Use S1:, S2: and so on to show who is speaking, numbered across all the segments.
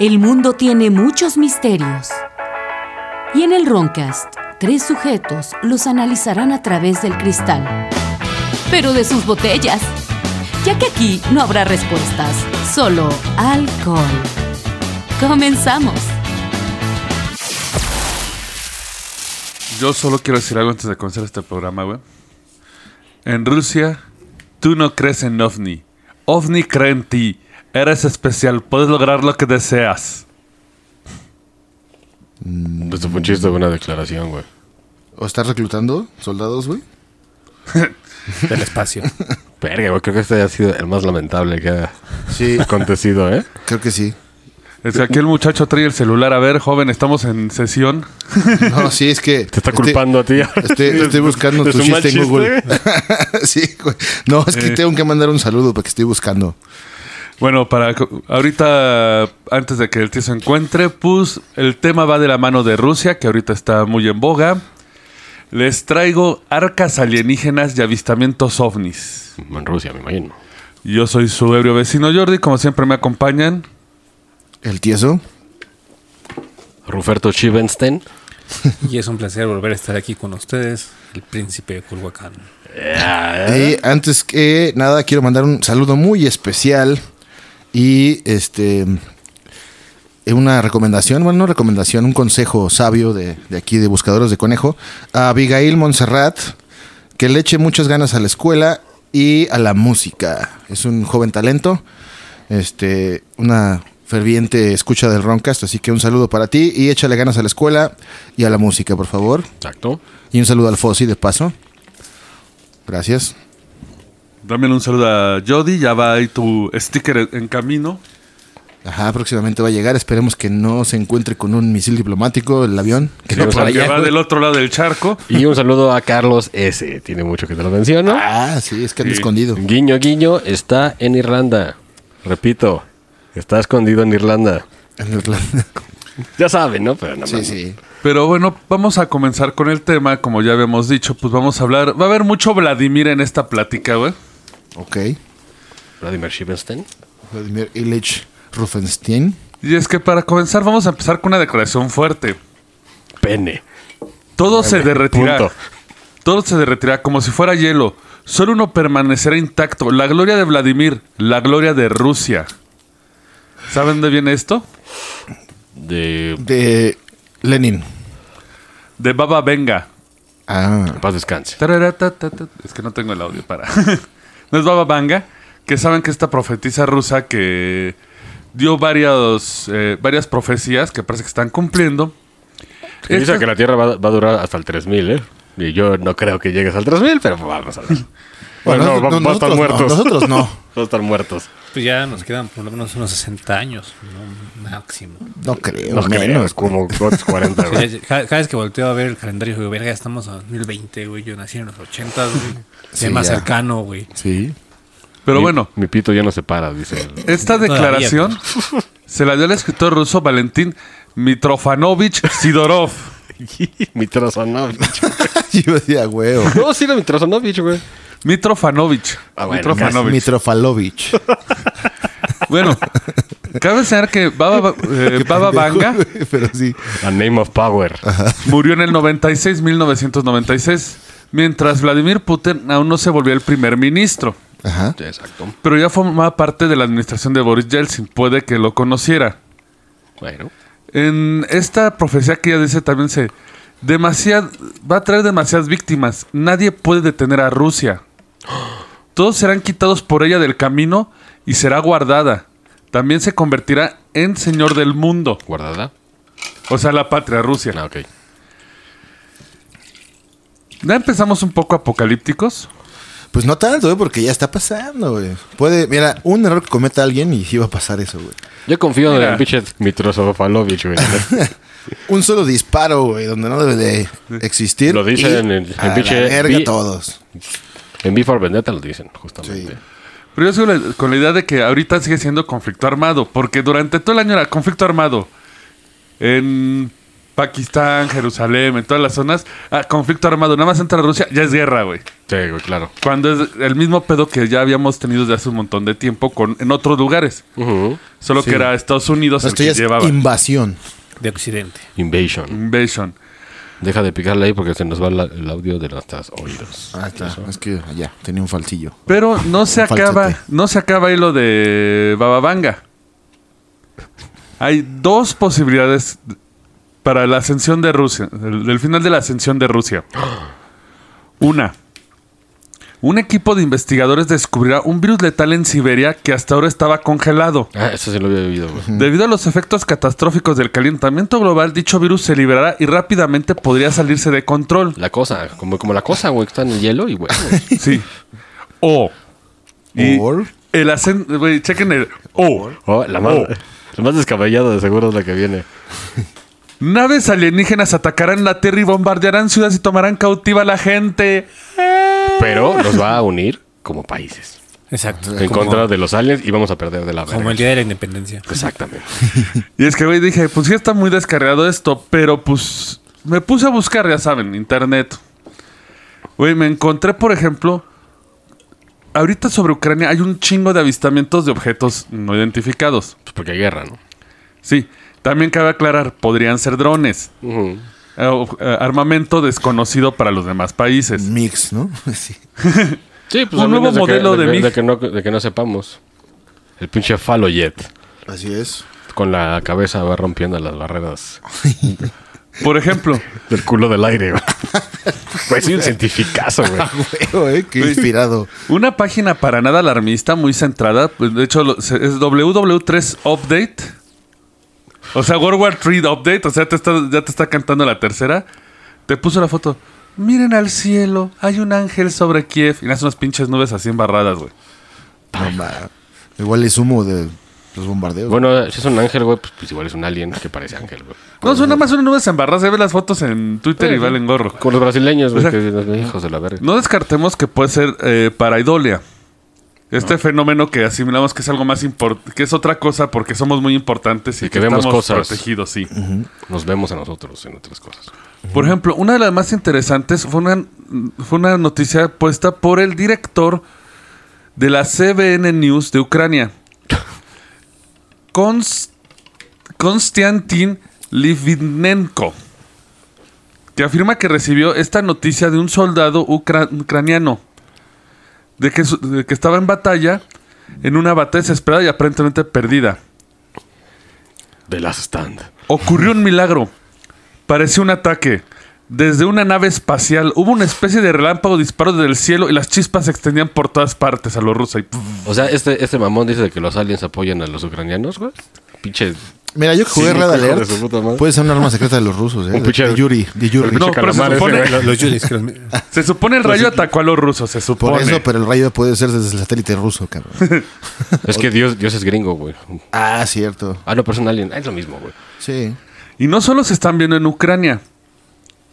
S1: El mundo tiene muchos misterios. Y en el Roncast, tres sujetos los analizarán a través del cristal. Pero de sus botellas. Ya que aquí no habrá respuestas, solo alcohol. Comenzamos.
S2: Yo solo quiero decir algo antes de comenzar este programa, güey. En Rusia, tú no crees en OVNI. OVNI cree en ti. Eres especial. Puedes lograr lo que deseas.
S3: Esto fue un chiste de una declaración, güey.
S4: ¿O estás reclutando soldados, güey?
S5: del espacio.
S3: Verga, güey, creo que este ha sido el más lamentable que ha
S4: Sí,
S3: acontecido, ¿eh?
S4: creo que sí.
S2: Es que aquí el muchacho trae el celular. A ver, joven, estamos en sesión.
S4: No, sí, es que...
S3: Te está
S4: este-
S3: culpando a ti.
S4: Estoy, estoy buscando
S3: ¿De
S4: tu
S3: su mal
S4: chiste en Google.
S3: chiste?
S4: sí, güey. No, es que
S2: Eh.
S4: tengo que mandar un saludo porque estoy buscando.
S2: Bueno, para co- ahorita, antes de que el tío se encuentre, pues el tema va de la mano de Rusia, que ahorita está muy en boga. Les traigo arcas alienígenas y avistamientos ovnis.
S3: En Rusia, me imagino.
S2: Yo soy su ebrio vecino Jordi, como siempre me acompañan.
S4: ¿El tieso?
S3: Ruferto Chivenstein.
S5: Y es un placer volver a estar aquí con ustedes, el príncipe de Culhuacán.
S3: Ah,
S4: Eh, antes que nada, quiero mandar un saludo muy especial y este eh, una recomendación, bueno, no recomendación, un consejo sabio de, de aquí de Buscadores de Conejo, a Abigail Montserrat, que le eche muchas ganas a la escuela y a la música. Es un joven talento, este, una ferviente escucha del Roncast, así que un saludo para ti y échale ganas a la escuela y a la música, por favor.
S3: Exacto.
S4: Y un saludo al Fossi de paso. Gracias.
S2: También un saludo a Jody, ya va ahí tu sticker en camino.
S4: Ajá, próximamente va a llegar. Esperemos que no se encuentre con un misil diplomático el avión. Que
S3: Sí,
S4: no
S3: o sea,
S4: por
S2: Que
S4: allá,
S2: va
S4: güey.
S2: del otro lado del charco.
S3: Y un saludo a Carlos S. Tiene mucho que te lo menciono.
S4: Ah, sí, es que anda
S2: Sí.
S4: escondido.
S3: Guiño, guiño, está en Irlanda. Repito, está escondido en Irlanda.
S4: En Irlanda.
S3: Ya saben, ¿no? Pero nada
S4: Sí,
S3: más.
S4: sí.
S2: Pero bueno, vamos a comenzar con el tema. Como ya habíamos dicho, pues vamos a hablar. Va a haber mucho Vladimir en esta plática, güey.
S4: Ok.
S3: Vladimir Chivenstein.
S4: Vladimir Ilich Rufenstein.
S2: Y es que para comenzar, vamos a empezar con una declaración fuerte.
S3: Pene.
S2: Todo se derretirá.
S3: punto.
S2: Todo se derretirá como si fuera hielo. Solo uno permanecerá intacto. La gloria de Vladimir, la gloria de Rusia. ¿Saben dónde viene esto?
S3: De
S4: De Lenin.
S2: De Baba Venga.
S4: Ah,
S3: paz descanse.
S2: Tararatatata. Es que no tengo el audio para. no es Baba Vanga, que saben que esta profetisa rusa que dio varios, eh, varias profecías que parece que están cumpliendo.
S3: Se
S2: Esta-
S3: dice que la Tierra va, va a durar hasta el 3000, ¿eh? Y yo no creo que llegues al 3000, pero vamos a ver. Bueno,
S4: Bueno,
S3: va- va, a estar
S4: nosotros no,
S3: muertos.
S4: nosotros no.
S3: Va a estar muertos.
S5: Pues ya nos quedan por lo menos unos 60 años, ¿no? máximo.
S4: no creo.
S3: No
S4: menos.
S3: menos, como otros 40,
S5: O sea,
S3: güey.
S5: ya- cada, cada vez que volteo a ver el calendario, digo, verga, estamos a 2020, güey. Yo nací en los 80, güey.
S4: Sí,
S5: Sí, más
S4: ya.
S5: cercano, güey.
S4: Sí.
S2: Pero
S3: Mi-
S2: bueno,
S3: Mi pito ya no se para, dice. él.
S2: esta
S5: Todavía,
S2: declaración se la dio el escritor ruso Valentín Mitrofanovich Sidorov.
S3: Mitrosanovich.
S4: Yo decía, huevo.
S3: No, sí era Mitrosanovich, güey.
S2: Mitrofanovich.
S3: Ah, bueno,
S2: Mitrofanovich.
S4: Mitrofalovich.
S2: Bueno, cabe señalar que Baba, eh, Baba Vanga
S4: Pero sí.
S3: A Name of Power.
S2: Murió en el 96, 1996, mientras Vladimir Putin aún no se volvió el primer ministro,
S4: Ajá.
S3: Sí, Exacto.
S2: pero ya formaba parte de la administración de Boris Yeltsin, puede que lo conociera.
S3: Bueno.
S2: En esta profecía que ella dice también se... demasiad- va a traer demasiadas víctimas, nadie puede detener a Rusia. Todos serán quitados por ella del camino y será guardada. También se convertirá en señor del mundo,
S3: ¿Guardada?
S2: o sea, la patria Rusia.
S3: Ah, ok.
S2: Ya empezamos un poco apocalípticos.
S4: Pues no tanto, güey, porque ya está pasando, güey. Puede, mira, un error que cometa alguien y sí va a pasar eso, güey.
S3: Yo confío en
S2: Mira.
S3: el pinche Mitrosanovich, güey.
S4: Un solo disparo, güey, donde no debe de existir.
S3: Lo dicen
S4: Y
S3: en el- en
S4: a la
S3: pinche-
S4: verga
S3: vi-
S4: todos.
S3: En Before Vendetta lo dicen, justamente.
S4: Sí.
S2: Pero yo sigo la- con la idea de que ahorita sigue siendo conflicto armado, porque durante todo el año era conflicto armado. En Pakistán, Jerusalén, en todas las zonas, ah, conflicto armado, nada más entra Rusia, ya es guerra, güey.
S3: Sí, güey, claro.
S2: Cuando es el mismo pedo que ya habíamos tenido desde hace un montón de tiempo con, en otros lugares.
S3: Ujú.
S2: Solo que era Estados Unidos el
S4: Esto
S2: que
S4: ya es
S2: llevaba.
S4: invasión.
S5: de Occidente.
S3: Invasion.
S2: Invasion.
S3: Deja de picarle ahí porque se nos va la- el audio de nuestros oídos.
S4: Ah, está. Es que allá tenía un falsillo.
S2: Pero no se
S4: Falsete.
S2: acaba, no se acaba ahí lo de Bababanga. Hay dos posibilidades para la ascensión de Rusia, el, el final de la ascensión de Rusia. Una, un equipo de investigadores descubrirá un virus letal en Siberia que hasta ahora estaba congelado.
S3: Ah, eso sí lo había vivido, güey.
S2: Debido a los efectos catastróficos del calentamiento global, dicho virus se liberará y rápidamente podría salirse de control.
S3: La cosa, como, como la cosa, güey, que está en el hielo y, güey.
S2: Sí. O. y
S4: Or.
S2: El acento. Güey, chequen el. O.
S3: Oh, la, más,
S2: Oh.
S3: la más descabellada de seguro es la que viene.
S2: Naves alienígenas atacarán la Tierra y bombardearán ciudades y tomarán cautiva a la gente.
S3: Pero nos va a unir como países.
S5: Exacto.
S3: En
S5: como,
S3: contra de los aliens y vamos a perder de la
S5: como el
S3: verga.
S5: día de la independencia.
S3: Pues, Exactamente.
S2: Y es que, güey, dije, pues ya está muy descargado esto, pero pues me puse a buscar, ya saben, internet. Güey, me encontré, por ejemplo, ahorita sobre Ucrania hay un chingo de avistamientos de objetos no identificados.
S3: Pues porque hay guerra, ¿no?
S2: Sí, también cabe aclarar, podrían ser drones,
S3: Ujú.
S2: eh, ob- eh, armamento desconocido para los demás países.
S4: Mix, ¿no? Sí.
S3: Sí, pues
S2: Un
S3: a
S2: nuevo
S3: menos
S2: modelo
S3: que,
S2: de
S3: que-
S2: MiG.
S3: que no, de que no sepamos. El pinche Falojet.
S4: Así es.
S3: Con la cabeza va rompiendo las barreras
S2: Por ejemplo,
S3: del culo del aire, güey. Güey, soy un cientificazo, güey.
S4: Huevo, eh, Qué inspirado.
S2: una página para nada alarmista, muy centrada, pues, de hecho lo- se- es WW3 Update. O sea, World War 3 Update, o sea, te está, ya te está cantando la tercera. Te puso la foto. Miren al cielo, hay un ángel sobre Kiev. Y hace unas pinches nubes así embarradas, güey.
S4: No, ma. Igual es humo de los bombardeos.
S3: Bueno, si es un ángel, güey, pues, pues igual es un alien que parece ángel, güey.
S2: No, son nada más unas nubes embarradas. Ya ves las fotos en Twitter y valen gorro.
S3: Con los brasileños, güey,
S2: O sea,
S3: que los hijos de la verga.
S2: No descartemos que puede ser eh, paraidolia. Este fenómeno que asimilamos que es algo más importante, que es otra cosa porque somos muy importantes y,
S3: Y que vemos
S2: estamos
S3: cosas.
S2: protegidos, sí.
S3: Nos vemos a nosotros en otras cosas.
S2: Por ejemplo, una de las más interesantes fue una, fue una noticia puesta por el director de la CBN News de Ucrania, Konst- Konstantin Livinenko, que afirma que recibió esta noticia de un soldado ucra- ucraniano, de que, su- de que estaba en batalla, en una batalla desesperada y aparentemente perdida.
S3: The Last Stand.
S2: Ocurrió un milagro. Pareció un ataque. Desde una nave espacial hubo una especie de relámpago disparo desde el cielo y las chispas se extendían por todas partes a los rusos. Y pff,
S3: O sea, este, este mamón dice que los aliens apoyan a los ucranianos, güey. Pinche.
S4: Mira, yo que jugué
S3: Sí,
S4: Red
S3: hijo de
S4: Alert.
S3: su puta madre.
S4: Puede ser un arma secreta de los rusos, ¿eh?
S3: Un pinche-
S4: de Yuri. De Yuri.
S3: el pinche
S2: No, pero se
S3: calamar ese,
S2: supone-
S3: güey.
S5: Los, los yudis, que los-
S2: se supone el rayo atacó a los rusos, se
S4: Pues Por
S2: supone.
S4: eso, pero el rayo puede ser desde el satélite ruso, cabrón.
S3: Es que Dios, Dios es gringo, güey.
S4: ah, cierto.
S3: Ah, no, pero es un alien. Ah, Es lo mismo, güey.
S4: Sí.
S2: Y no solo se están viendo en Ucrania.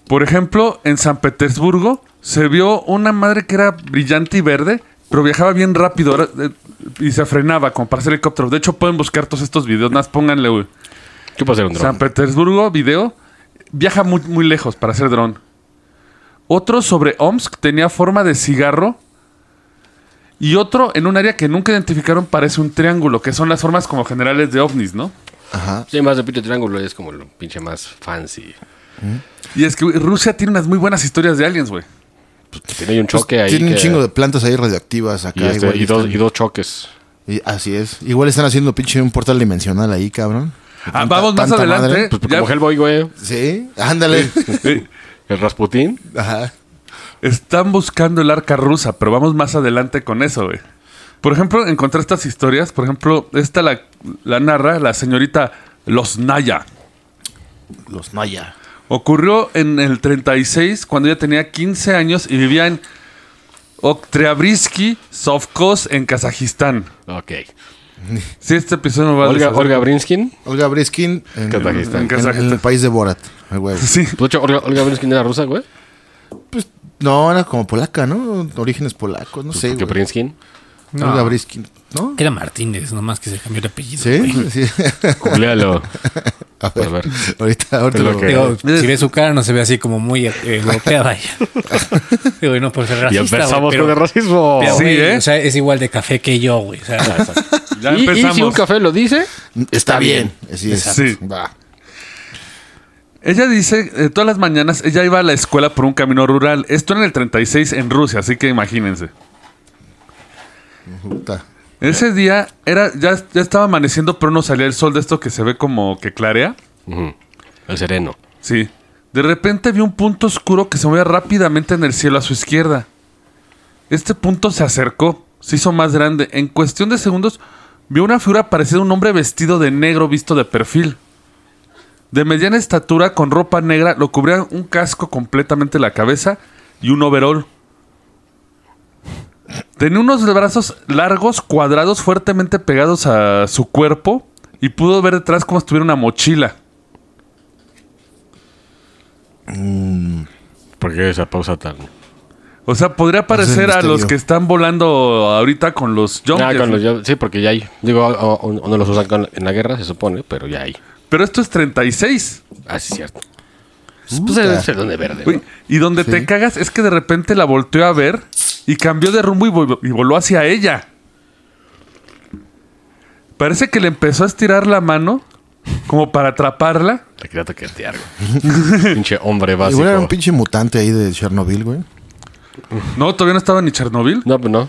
S2: Por ejemplo, en San Petersburgo se vio una madre que era brillante y verde, pero viajaba bien rápido era- eh, y se frenaba con para hacer helicópteros. De hecho, pueden buscar todos estos videos. Nada, más pónganle, güey.
S3: ¿Qué puede ser un
S2: San
S3: dron?
S2: Petersburgo, video. Viaja muy, muy lejos para hacer dron. Otro sobre Omsk tenía forma de cigarro. Y otro en un área que nunca identificaron parece un triángulo, que son las formas como generales de ovnis, ¿no?
S4: Ajá.
S3: Sí, más de pinche triángulo es como el pinche más fancy.
S2: Y es que güey, Rusia tiene unas muy buenas historias de aliens, güey.
S3: Tiene ahí un
S2: Pues
S3: choque ahí.
S4: Tienen Pues, un
S3: que-
S4: chingo de plantas ahí radioactivas acá.
S3: Y, este-
S4: igual
S3: y dos,
S4: están-
S3: y dos choques.
S4: y- así es. Igual están haciendo pinche un portal dimensional ahí, cabrón.
S2: Ah, vamos más
S4: tanta
S2: adelante.
S4: madre.
S3: Pues
S2: Ya-
S3: como Hellboy, güey.
S4: Sí. Ándale.
S2: eh,
S3: El Rasputín.
S4: Ajá.
S2: Están buscando el arca rusa, pero vamos más adelante con eso, güey. Por ejemplo, encontré estas historias. Por ejemplo, esta la, la narra la señorita Losnaya.
S4: Los Maya.
S2: Ocurrió en el 36, cuando ella tenía 15 años y vivía en Oktyabrsky, Sovkhoz, en Kazajistán.
S3: Ok.
S2: Sí, este episodio no va
S3: Olga,
S2: a deshacer.
S3: Olga Brinskin.
S4: Olga Briskin. En,
S3: Kazajistán.
S4: en-
S2: Kazajistán.
S4: en el país de Borat. el huevo.
S2: Sí,
S3: Pues, De hecho, Olga, Olga Brinskin era rusa, güey.
S4: Pues, no, era como polaca, ¿no? Orígenes polacos, no sé.
S3: Porque
S4: güey.
S3: Brinskin.
S4: Olga Briskin. ¿No?
S5: Era Martínez, nomás que se cambió el apellido.
S4: Sí.
S5: güey.
S4: sí.
S3: Googlealo.
S4: A ver,
S3: A ver.
S4: ahorita, ahorita
S3: Es lo
S4: lo-
S3: que-
S5: Digo, si ve su cara, no se ve así como muy eh, europea, vaya. Digo, y no por ser
S3: Y
S5: racista.
S3: empezamos
S5: güey,
S3: con el
S5: pero-
S3: racismo.
S5: pero,
S2: Sí,
S5: güey,
S2: ¿eh?
S5: O sea, es igual de café que yo, güey. O sea,
S2: Ya
S3: Y- y
S2: empezamos.
S3: si un café lo dice,
S4: Está bien. Así es.
S2: Sí.
S4: Va.
S2: Ella dice, eh, todas las mañanas ella iba a la escuela por un camino rural. Esto en el 36 en Rusia, así que imagínense.
S4: Puta.
S2: Ese día era, ya, ya estaba amaneciendo, pero no salía el sol de esto que se ve como que clarea.
S3: Ujú. el sereno.
S2: Sí. De repente vio un punto oscuro que se movía rápidamente en el cielo a su izquierda. Este punto se acercó, se hizo más grande. En cuestión de segundos, vio una figura parecida a un hombre vestido de negro visto de perfil. De mediana estatura, con ropa negra, lo cubría un casco completamente la cabeza y un overol. Tenía unos brazos largos, cuadrados, fuertemente pegados a su cuerpo y pudo ver detrás como si tuviera una mochila.
S4: Mm.
S3: ¿Por qué esa pausa tan...?
S2: O sea, podría parecer a
S4: misterio.
S2: los que están volando ahorita con los
S3: Ah,
S2: jumpers.
S3: con los yo- sí, porque ya hay. Digo, o- o- o no los usan con- en la guerra, se supone, pero ya hay.
S2: Pero esto es 36.
S3: Ah, sí, cierto. Pues es el donde verde. ¿no?
S2: güey. Y donde te cagas es que de repente la volteó a ver y cambió de rumbo y, vol- y voló hacia ella. Parece que le empezó a estirar la mano como para atraparla.
S3: Te quería toquetear, güey. Pinche hombre básico.
S4: Igual era un pinche mutante ahí de Chernobyl, güey.
S2: No, todavía no estaba ni Chernobyl.
S3: No, pues no.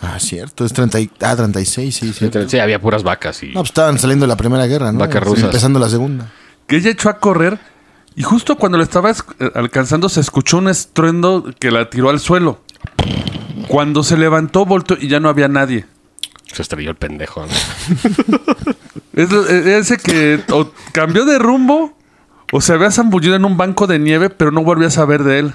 S4: Ah, cierto. Es 30 y- ah, 36, sí, sí.
S3: Sí, había puras vacas y.
S4: No, pues estaban saliendo de la primera guerra, ¿no?
S3: Vacas
S4: Sí,
S3: rusas.
S4: Empezando la segunda.
S2: Que ella echó a correr y justo cuando la estaba esc- eh, alcanzando se escuchó un estruendo que la tiró al suelo. Cuando se levantó, volteó y ya no había nadie.
S3: Se estrelló el pendejo. ¿no?
S2: Es lo- e- ese que o cambió de rumbo o se había zambullido en un banco de nieve, pero no volví a saber de él.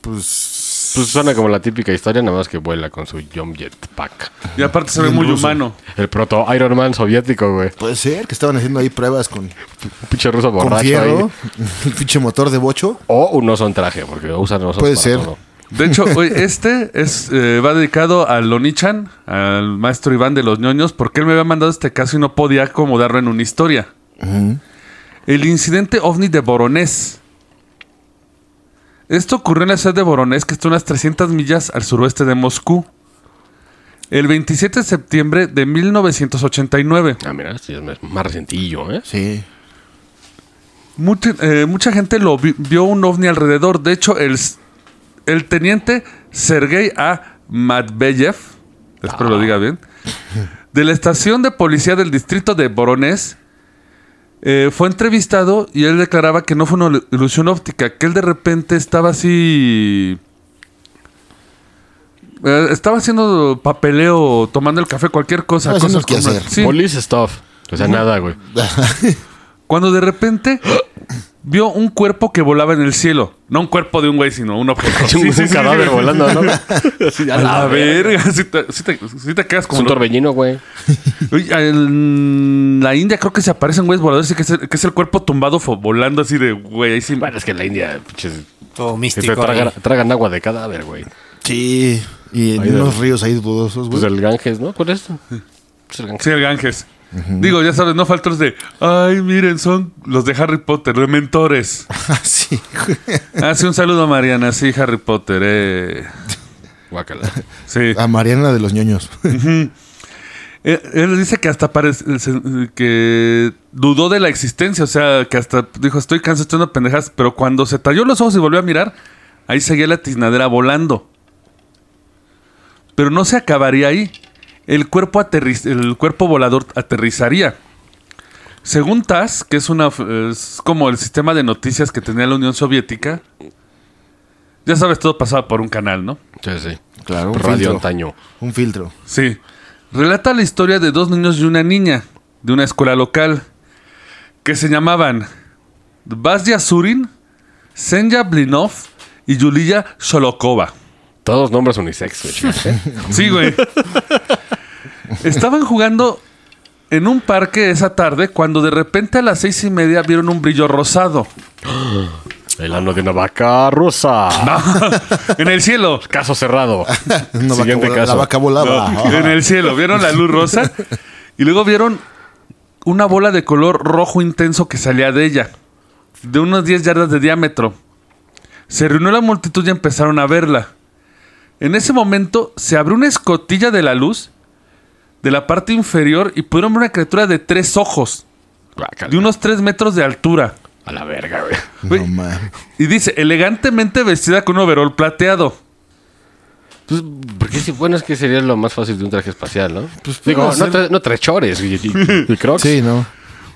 S4: Pues.
S3: Pues suena como la típica historia, nada más que vuela con su Jump Jetpack.
S2: Y aparte se ve muy humano.
S3: El proto Iron Man soviético, güey.
S4: Puede ser que estaban haciendo ahí pruebas con,
S3: Un pinche ruso
S4: con
S3: borracho ahí.
S4: fierro, el pinche motor de bocho.
S3: O un oso en traje, porque usan osos
S4: Puede
S3: para
S4: ser.
S3: todo.
S2: De hecho, oye, este es, eh, va dedicado al Lonichan, al maestro Iván de los ñoños, porque él me había mandado este caso y no podía acomodarlo en una historia. El incidente ovni de Voronés. Esto ocurrió en la ciudad de Voronés, que está a unas 300 millas al suroeste de Moscú. El 27 de septiembre de 1989.
S3: Ah, mira, sí, es más recentillo, ¿eh?
S4: Sí.
S2: Mucha, eh, mucha gente lo vi- vio un ovni alrededor. De hecho, el, s- el teniente Sergei A. Matveyev, espero
S4: Ah.
S2: lo diga bien, de la estación de policía del distrito de Voronezh, eh, fue entrevistado y él declaraba que no fue una ilu- ilusión óptica, que él de repente estaba así... eh, estaba haciendo papeleo, tomando el café, cualquier cosa.
S4: Estaba haciendo
S2: cosas
S4: el
S2: como-
S4: quehacer.
S2: Sí.
S3: Police stuff. O sea, nada, güey.
S2: Cuando de repente vio un cuerpo que volaba en el cielo. No un cuerpo de un güey, sino un objeto.
S3: un cadáver volando, ¿no? Así,
S2: A la verga, si te, sí te- sí te quedas
S3: Es un
S2: como...
S3: torbellino, güey.
S2: Uy, en la India creo que se aparecen güeyes voladores y que es el, que es el cuerpo tumbado fo- volando así de güey. Ahí sí,
S3: Bueno, es que en la India, pinches,
S5: todo
S3: que te
S5: místico.
S3: tragan,
S5: ahí.
S3: tragan agua de cadáver, güey.
S4: Sí. Y en
S3: Ahí
S4: unos
S3: del-
S4: ríos ahí dudosos, güey.
S3: Pues el Ganges, ¿no? ¿Cuál es? Pues el Ganges.
S2: sí, el Ganges. Digo, ya sabes, no faltan los de... Ay, miren, son los de Harry Potter, de mentores.
S4: Ah, sí, güey.
S2: Ah, sí, un saludo a Mariana. Sí, Harry Potter, eh.
S3: Guácala.
S2: Sí.
S4: A Mariana de los ñoños.
S2: Él, Eh, él dice que hasta parece se- que dudó de la existencia, o sea, que hasta dijo, estoy cansado, estoy una pendejas, pero cuando se talló los ojos y volvió a mirar, ahí seguía la tiznadera volando. Pero no se acabaría ahí. El cuerpo, aterriz- el cuerpo volador aterrizaría. Según TASS, que es, una, es como el sistema de noticias que tenía la Unión Soviética, ya sabes, todo pasaba por un canal, ¿no?
S3: Sí, sí.
S4: Claro, un
S3: Radio
S4: filtro.
S3: antaño.
S4: Un filtro.
S2: Sí. Relata la historia de dos niños y una niña de una escuela local que se llamaban Vasya Surin, Senja Blinov y Yulia Sholokova.
S3: Todos nombres unisex, güey. chingada, ¿eh?
S2: Sí, güey. Estaban jugando en un parque esa tarde cuando de repente a las seis y media vieron un brillo rosado.
S3: El ano de una vaca rusa.
S2: En el cielo.
S3: Caso cerrado.
S4: Una vaca
S3: Siguiente
S4: vola-
S3: caso.
S4: La vaca volaba.
S2: en el cielo. Vieron la luz rosa y luego vieron una bola de color rojo intenso que salía de ella, de unas 10 yardas de diámetro. Se reunió la multitud y empezaron a verla. En ese momento se abrió una escotilla de la luz de la parte inferior y pudieron ver una criatura de tres ojos,
S3: Guácala.
S2: de unos 3 metros de altura.
S3: A la verga, güey.
S4: No
S2: Güey,
S4: mames.
S2: y dice, elegantemente vestida con un overol plateado.
S3: Pues, porque si bueno es que sería lo más fácil de un traje espacial, ¿no?
S4: Pues,
S3: Digo,
S4: puede
S3: no,
S4: ser.
S3: tra- no trae chores y, y- y crocs.
S4: Sí, ¿no?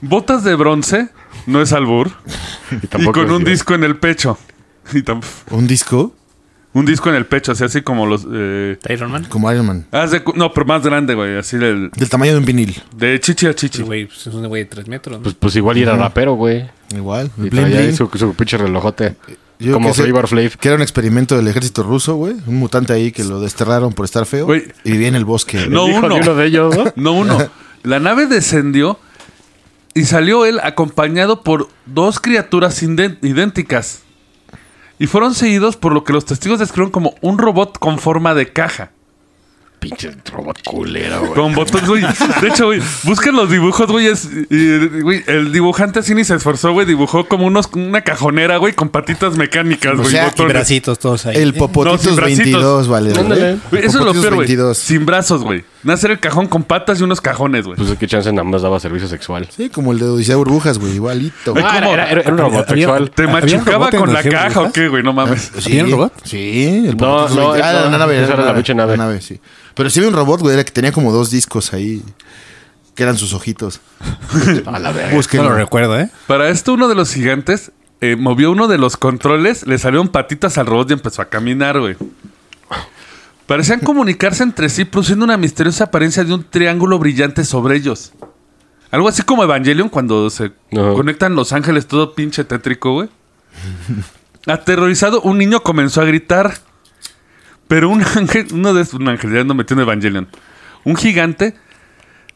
S2: Botas de bronce, no es albur.
S3: Y,
S2: Y
S3: tampoco
S2: con
S3: es-
S2: un disco en el pecho. Y tam-
S4: ¿Un disco?
S2: un disco en el pecho, así, así como los... eh,
S5: Iron Man.
S4: Como Iron Man.
S2: haz de cu- no, pero más grande, güey. Así del,
S4: Del tamaño de un vinil.
S2: de chichi a
S5: Sí,
S2: chichi.
S5: güey, pues es un güey de 3 metros. ¿no?
S3: Pues, pues igual y era rapero, güey.
S4: Igual.
S3: Y
S4: bling,
S3: traía ahí
S4: bling.
S3: su, su pinche relojote.
S4: Yo
S3: como
S4: que sé-
S3: Flavor Flav.
S4: Que era un experimento del ejército ruso, güey. Un mutante ahí que lo desterraron por estar feo.
S2: Güey.
S4: Y vivía en el bosque.
S2: No,
S3: El hijo
S2: uno.
S3: de uno de ellos, ¿no?
S2: No uno. La nave descendió y salió él acompañado por dos criaturas inden- idénticas. Y fueron seguidos por lo que los testigos describieron como un robot con forma de caja.
S3: pinche robot culero, güey.
S2: Con botones, güey. De hecho, güey, busquen los dibujos, güey. es- y, güey, el dibujante así ni se esforzó, güey. Dibujó como unos, una cajonera, güey, con patitas mecánicas, güey.
S4: sea,
S5: Y
S2: botones.
S5: bracitos todos ahí.
S4: pues, El
S2: No,
S4: Popotitos
S2: sin bracitos.
S4: 22, vale. güey.
S3: Ándale.
S4: El
S2: Güey, eso es lo
S4: Popotitos
S2: peor, güey.
S4: 22.
S2: Sin brazos, güey. Nacer el cajón con patas y unos cajones, güey.
S3: Pues es que chance nada más daba servicio sexual.
S4: Sí, como el de Odisea Burbujas, güey. Igualito. güey.
S2: Ay,
S3: Ah,
S2: ¿cómo?
S3: era, era- era un
S5: Había-
S3: robot sexual.
S2: ¿Te
S5: ¿había un
S2: machucaba
S5: robot en
S2: con la
S5: Odisea
S2: caja o
S5: Burbujas?
S2: qué, güey? No mames.
S5: ¿Había un robot?
S4: Ah, Sí,
S3: No,
S4: el Popotitos
S3: no,
S4: 22. Ah,
S3: esa-
S4: la nave.
S3: esa era la pinche nave.
S4: sí. Pero sí había un robot, güey, era que tenía como dos discos ahí. Que eran sus ojitos.
S3: A la verga.
S5: no
S4: Búsquenlo.
S5: lo recuerdo, ¿eh?
S2: Para esto, uno de los gigantes eh, movió uno de los controles, le salieron patitas al robot y empezó a caminar, güey. Parecían comunicarse entre sí, produciendo una misteriosa apariencia de un triángulo brillante sobre ellos. Algo así como Evangelion cuando se
S3: Ajá.
S2: conectan Los Ángeles, todo pinche tétrico, güey. Aterrorizado, un niño comenzó a gritar. Pero un ángel, uno de estos, un ángel, ya ando metiendo Evangelion. Un gigante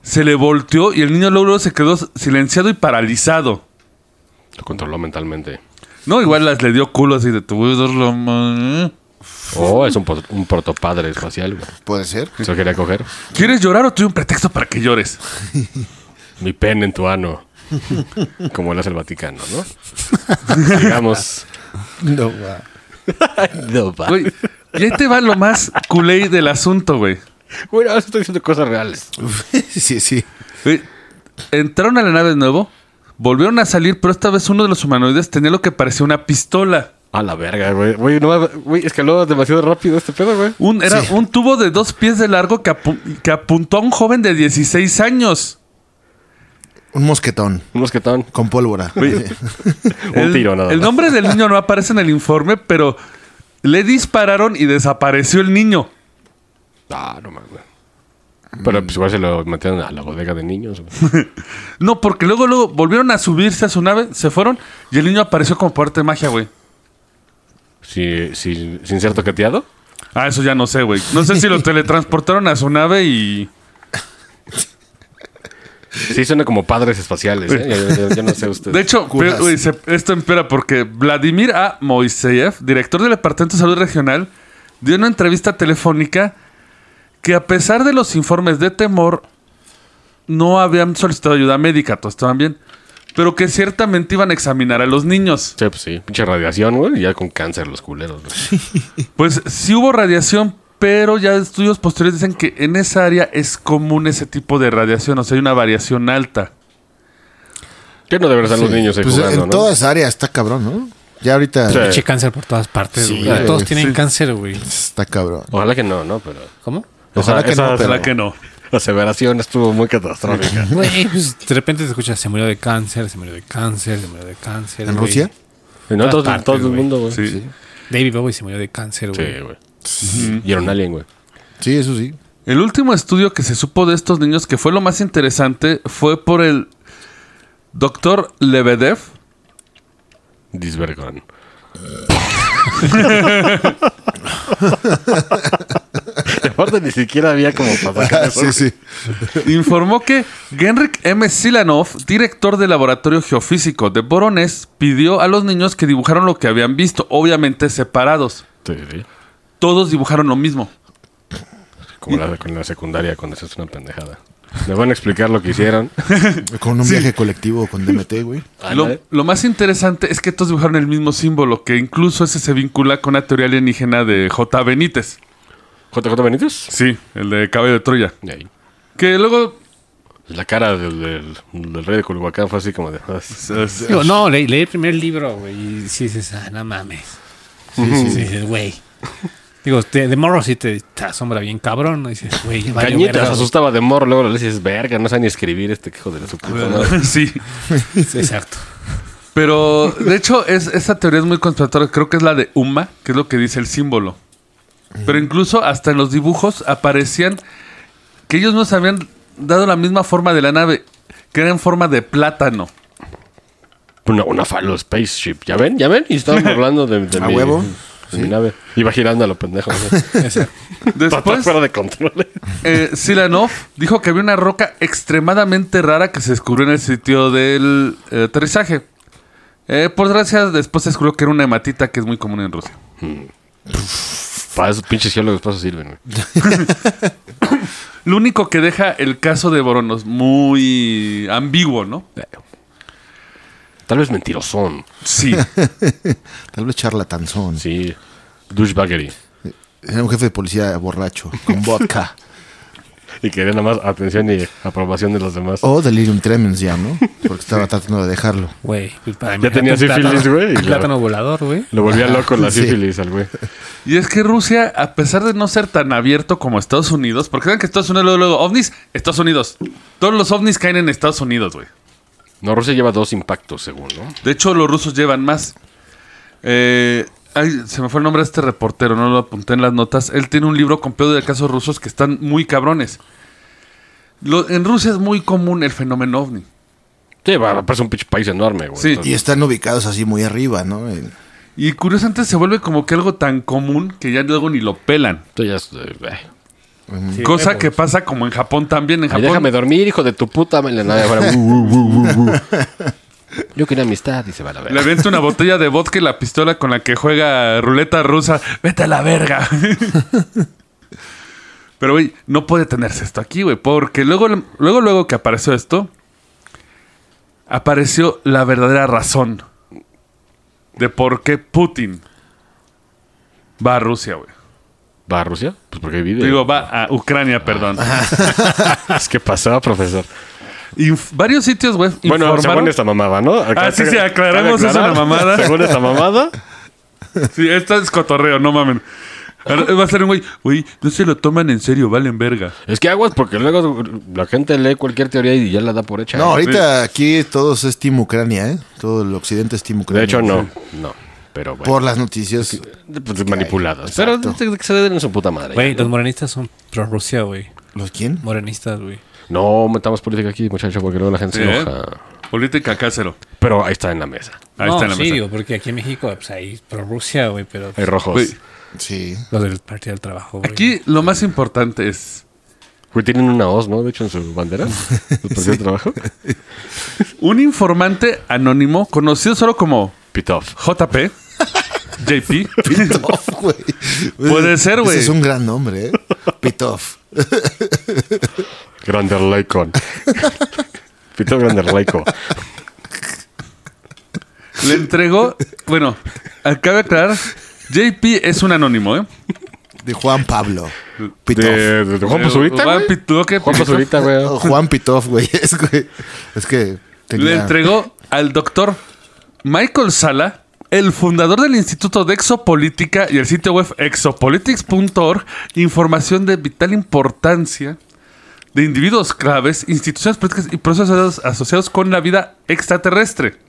S2: se le volteó y el niño luego luego se quedó silenciado y paralizado.
S3: Lo controló mentalmente.
S2: No, igual las le dio culo así de tu
S3: Oh, es un, po- un protopadre espacial, güey.
S4: Puede ser.
S3: Se lo quería coger.
S2: ¿Quieres llorar o tuve un pretexto para que llores?
S3: Mi pene en tu ano. Como lo hace el Vaticano, ¿no? Digamos.
S4: No,
S3: No, va.
S2: Güey, y ahí te va lo más culé del asunto, güey.
S3: Bueno, ahora estoy diciendo cosas reales.
S4: sí, sí.
S2: Güey, Entraron a la nave de nuevo, volvieron a salir, pero esta vez uno de los humanoides tenía lo que parecía una pistola.
S3: A la verga, güey. Güey, no, mames, güey, escaló demasiado rápido este pedo, güey.
S2: Un, era
S4: Sí.
S2: un tubo de dos pies de largo que, apu- que apuntó a un joven de 16 años.
S4: Un mosquetón
S3: Un mosquetón.
S4: con pólvora.
S3: Un
S2: El,
S3: tiro, nada
S2: el
S3: más.
S2: nombre del niño no aparece en el informe, pero le dispararon y desapareció el niño.
S3: Ah, no mames. Pero pues igual se lo metieron a la bodega de niños. güey.
S2: No, porque luego, luego volvieron a subirse a su nave, se fueron y el niño apareció como por arte de magia, güey.
S3: Sí, sí, sin ser toqueteado.
S2: Ah, eso ya no sé, güey. No sé si lo teletransportaron a su nave y.
S3: Sí, suena como padres espaciales. ¿eh? Yo, yo- yo no sé ustedes.
S2: De hecho,
S4: Curas.
S2: pe- güey, se- esto empeora porque Vladimir A. Moiseyev, director del Departamento de Salud Regional, dio una entrevista telefónica que, a pesar de los informes de temor, no habían solicitado ayuda médica, todos estaban bien, pero que ciertamente iban a examinar a los niños.
S3: Sí, pues sí. Pinche radiación, güey. y Ya con cáncer los culeros. güey.
S2: Pues sí hubo radiación, pero ya estudios posteriores dicen que en esa área es común ese tipo de radiación, o sea, hay una variación alta.
S3: Que no deberían estar los niños ahí
S4: Pues
S3: jugando,
S4: en
S3: ¿no?
S4: todas áreas está cabrón, ¿no? Ya ahorita
S3: Sí.
S5: Pinche cáncer por todas partes,
S4: Sí,
S5: güey.
S4: güey.
S5: Todos tienen
S2: Sí.
S5: cáncer, güey.
S4: está cabrón.
S3: Ojalá que no, ¿no? Pero
S5: ¿Cómo?
S4: Ojalá
S3: Esa-
S4: que no,
S3: esa-
S4: pero
S2: Ojalá que no.
S3: la aseveración estuvo muy catastrófica.
S5: Güey, pues de repente te escuchas, se murió de cáncer, se murió de cáncer, se murió de cáncer.
S4: ¿En
S5: güey.
S4: Rusia?
S3: Y no, todo,
S5: partes,
S3: todo el
S5: güey.
S3: mundo, güey.
S2: Sí.
S5: David Bowie se murió de cáncer, güey.
S3: Sí, güey. Y era un alien, güey.
S4: Sí, eso sí.
S2: El último estudio que se supo de estos niños, que fue lo más interesante, fue por el doctor Lebedev.
S3: Disvergón. Aparte ni siquiera había como para sacar eso.
S4: sí, sí.
S2: Informó que Genrik M. Silanov, director del laboratorio geofísico de Borones, pidió a los niños que dibujaron lo que habían visto, obviamente separados.
S3: Sí, sí.
S2: Todos dibujaron lo mismo.
S3: Como la, con la secundaria cuando haces una pendejada. Me van a explicar lo que hicieron.
S4: Con un viaje colectivo con DMT, güey.
S3: Ah,
S2: Lo, lo más interesante es que todos dibujaron el mismo símbolo, que incluso ese se vincula con la teoría alienígena de J. Benítez.
S3: ¿JJ Benítez?
S2: Sí, el de Cabello de Troya.
S3: Ahí. Pues
S2: Que luego...
S3: La cara del, del- del rey de Culhuacán fue así como de... "Ah, sí".
S5: Digo, no, le- leí el primer libro, güey. Y sí dices, ah, no mames. Sí, sí, sí. dices, güey. Digo, te- de morro sí te, te asombra bien cabrón. ¿no? Dices, güey, vale
S3: Cañitas
S5: verga,
S3: asustaba de morro, luego le dices, verga, no sabe ni escribir este hijo de la su puta madre".
S2: sí.
S5: güey. Exacto.
S2: Pero de hecho, es, esa teoría es muy conspiratoria. Creo que es la de Uma, que es lo que dice el símbolo. Pero incluso hasta en los dibujos aparecían que ellos nos habían dado la misma forma de la nave, que era en forma de plátano.
S3: Una, una falo spaceship. ¿Ya ven? ¿Ya ven? Y estaban hablando de, de
S4: ¿A
S3: mi,
S4: huevo?
S3: de mi nave. Iba girando a lo pendejo. ¿no? Está
S2: Después,
S3: fuera de control.
S2: eh, Silanov dijo que había una roca extremadamente rara que se descubrió en el sitio del eh, aterrizaje. Eh, por desgracia, después se descubrió que era una hematita que es muy común en Rusia.
S3: Para esos pinches geólogos pasos sirven. güey.
S2: Lo único que deja el caso de Boronos muy ambiguo, ¿no?
S3: Tal vez mentirosón.
S2: Sí.
S4: Tal vez charlatanzón.
S3: Sí. Douchebaggery.
S4: Era un jefe de policía borracho, con vodka.
S3: Y quería nada más atención y aprobación de los demás.
S4: o delirium tremens ya, ¿no? Porque estaba tratando de dejarlo.
S5: Güey, pues para mí.
S3: Ya tenía
S5: un plátano-
S3: sífilis, güey, y
S5: Un
S3: la-
S5: plátano volador, güey.
S3: Lo volvía loco la
S4: Sí.
S3: sífilis al güey.
S2: Y es que Rusia, a pesar de no ser tan abierto como Estados Unidos, porque saben que Estados Unidos luego, luego, ovnis, Estados Unidos. Todos los ovnis caen en Estados Unidos, güey.
S3: No, Rusia lleva dos impactos, según, ¿no?
S2: De hecho, los rusos llevan más. Eh, ay, se me fue el nombre de este reportero, no lo apunté en las notas. Él tiene un libro completo de casos rusos que están muy cabrones. Lo- en Rusia es muy común el fenómeno ovni.
S3: Sí, va, parece un pinche país enorme, güey.
S2: Sí.
S4: Y
S3: Entonces,
S4: están ubicados así muy arriba, ¿no? En-
S2: Y curiosamente se vuelve como que algo tan común que ya luego ni lo pelan.
S3: tú ya es- eh, eh.
S5: Sí,
S2: Cosa
S5: güey,
S2: que pasa como en Japón también. En
S3: Ay,
S2: Japón,
S3: déjame dormir, hijo de tu puta. madre. La nave fuera, "Uh, uh, uh, uh, uh". Yo quería amistad y se va a la
S2: Le
S3: verga.
S2: avienta una botella de vodka y la pistola con la que juega ruleta rusa. Vete a la verga. Pero, güey, no puede tenerse esto aquí, güey. Porque luego, luego, luego que apareció esto, apareció la verdadera razón de por qué Putin va a Rusia, güey.
S3: ¿Va a Rusia? Pues porque hay video.
S2: Digo, va a Ucrania, perdón.
S3: Es que pasaba, profesor.
S2: Inf- varios sitios, güey,
S3: Bueno, según
S2: informaron.
S3: esta mamada, ¿no? Acá-
S2: Ah, sí,
S3: acá-
S2: sí, aclaremos,
S3: cabe
S2: es una
S3: aclarar,
S2: mamada.
S3: Según esta mamada,
S2: Sí, esta es cotorreo, no mamen. Ahora Va a ser un güey, güey, no se lo toman en serio, valen verga.
S3: es que aguas porque luego la gente lee cualquier teoría y ya la da por hecha.
S4: No, ahorita aquí todos es Team Ucrania, ¿eh? Todo el occidente es Team Ucrania.
S3: De hecho, no. No. Pero bueno.
S4: Por las noticias.
S3: Pues, manipuladas. Pero de- que se den en su puta madre.
S5: Güey, los morenistas son pro Rusia, güey.
S4: ¿Los quién?
S5: Morenistas, güey.
S3: No metamos política aquí, muchachos, porque luego la gente se
S2: Sí, ¿eh?
S3: enoja.
S2: Política Cácero.
S3: Pero ahí está en la mesa.
S2: Ahí
S5: no,
S2: está en la
S5: sí,
S2: mesa.
S5: digo, porque aquí en México, pues hay pro Rusia, güey, pero pues,
S3: Hay rojos.
S2: Güey,
S4: Sí.
S5: los del Partido del Trabajo, güey.
S2: Aquí lo más importante es
S3: Güey, tienen una hoz, ¿no? De hecho, en su bandera. Su partido de trabajo.
S2: un informante anónimo conocido solo como
S3: Pitoff.
S2: JP, JP,
S4: Pitoff, güey.
S2: Puede ser, güey.
S4: Ese es un gran nombre, ¿eh? Pitoff.
S3: Grander Laicon. Pitoff Grander Laico.
S2: le entregó, bueno, acabe de aclarar, JP es un anónimo, ¿eh?
S4: De Juan Pablo. Pitoff.
S3: De, de- de Juan
S2: De-
S3: Pazurita,
S2: Juan
S3: güey.
S2: Pitu- ¿qué?
S3: Juan Pazurita, güey.
S4: Oh, Juan Pitoff, güey. Es, güey. es que tenía...
S2: Le entregó al doctor Michael Sala, el fundador del Instituto de Exopolítica y el sitio web exopolitics.org, información de vital importancia de individuos claves, instituciones políticas y procesos asociados- asociados con la vida extraterrestre.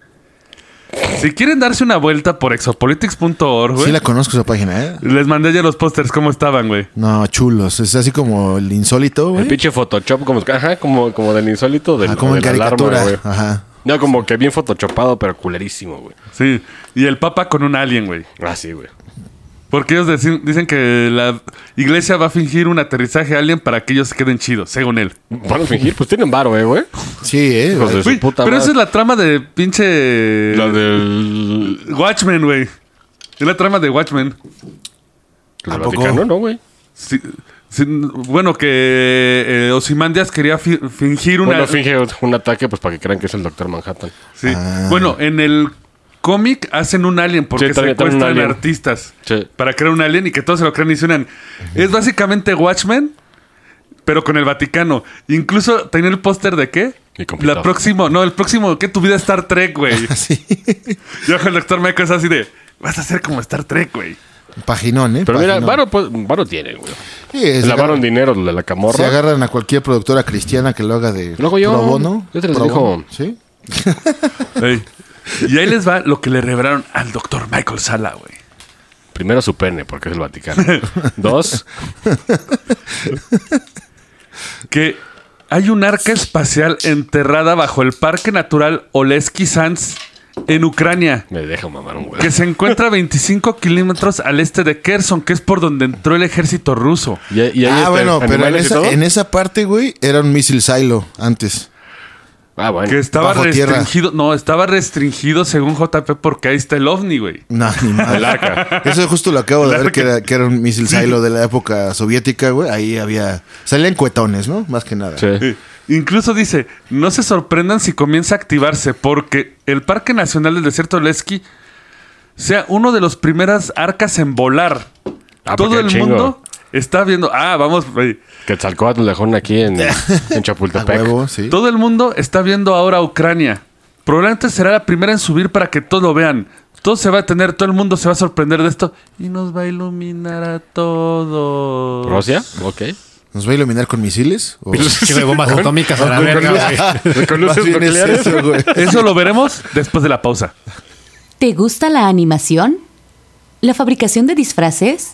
S2: Si quieren darse una vuelta por exopolitics.org, güey,
S4: Sí la conozco esa página, ¿eh?
S2: les mandé ya los pósters, ¿cómo estaban, güey?
S4: No, chulos. Es así como el insólito,
S3: El
S4: güey.
S3: pinche Photoshop, como, ajá, como, como del insólito, del,
S4: Ah, como en
S3: de la
S4: caricatura. Ah.
S3: alarma, güey.
S4: Ajá.
S3: No, como que bien photoshopado, pero culerísimo, güey.
S2: Sí, y el Papa con un alien, güey.
S3: Ah, sí, güey.
S2: Porque ellos decin- dicen que la iglesia va a fingir un aterrizaje alien para que ellos se queden chidos, según él.
S3: Van a fingir, pues tienen varo, eh, güey.
S4: Sí, ¿eh?
S3: Hijos de su
S2: Güey,
S3: puta
S2: pero
S3: madre.
S2: esa es la trama de pinche
S3: La del...
S2: Watchmen, güey. Es la trama de Watchmen.
S3: ¿El
S4: poco?
S3: Vaticano, no, güey?
S2: Sí, Sí, Bueno, que eh, Ozymandias quería fi- fingir una...
S3: Bueno, finge un ataque pues para que crean que es el Doctor Manhattan.
S2: Sí. Bueno, en el cómic hacen un alien porque
S3: Sí, también- también un
S2: secuestran
S3: alien.
S2: artistas
S3: Sí.
S2: para crear un alien y que todos se lo crean y suenan. Es básicamente Watchmen, pero con el Vaticano. Incluso tenía el póster de qué?
S3: Y complicado.
S2: La próximo, no, el próximo, ¿qué? Tu vida es Star Trek, güey.
S4: Sí.
S2: Yo con el doctor Meco es así de, vas a ser como Star Trek, güey.
S4: Paginón, ¿eh?
S3: Pero mira,
S4: Paginón.
S3: Varo, pues, Varo tiene, güey.
S4: Sí, se
S3: Se
S4: agarran-
S3: lavaron dinero de la
S4: Se
S3: camorra.
S4: agarran a cualquier productora cristiana que lo haga de
S3: Lo hago yo.
S4: pro bono.
S3: Yo te les
S4: Pro
S3: digo.
S4: bono, ¿Sí?
S2: Ey. Y ahí les va lo que le revelaron al doctor Michael Sala, güey.
S3: Primero su pene, porque es el Vaticano. Dos,
S2: Que hay un arca espacial enterrada bajo el Parque Natural Oleski Sands en Ucrania.
S3: me deja mamar un güey.
S2: que se encuentra a 25 kilómetros al este de Kherson, que es por donde entró el ejército ruso.
S3: Y, y ahí
S4: Ah,
S3: este,
S4: bueno, pero en
S3: animales y todo.
S4: esa, en esa parte, güey, era un misil silo antes.
S3: Ah, bueno.
S2: Que estaba
S4: Bajo tierra.
S2: restringido, no, estaba restringido según JP porque ahí está el ovni, güey.
S4: No, ni madre.
S3: El arca.
S4: Eso justo lo acabo de
S2: El
S4: ver, que
S2: arca.
S4: era, que era un misil silo de la época soviética, güey. Ahí había... Salían cuetones, ¿no? Más que nada.
S3: Sí.
S2: Eh, Incluso dice, no se sorprendan si comienza a activarse porque el Parque Nacional del Desierto Lesky sea uno de los primeras arcas en volar.
S3: Ah,
S2: Todo
S3: porque
S2: el
S3: chingo.
S2: mundo está viendo, ah, vamos, güey.
S3: Que Tzalcóatl dejó una aquí en, en
S4: A
S3: Chapultepec.
S4: huevo, sí.
S2: Todo el mundo está viendo ahora a Ucrania. Probablemente será la primera en subir para que todos lo vean. Todo se va a tener, todo el mundo se va a sorprender de esto y nos va a iluminar a todos.
S3: ¿Rusia? Ok.
S4: ¿Nos va a iluminar con misiles? ¿O-
S5: Chico de bombas atómicas a la verga, güey.
S3: Con luces
S4: Más bien es
S3: nucleares.
S4: eso, güey.
S2: Eso lo veremos después de la pausa.
S1: ¿Te gusta la animación? ¿La fabricación de disfraces?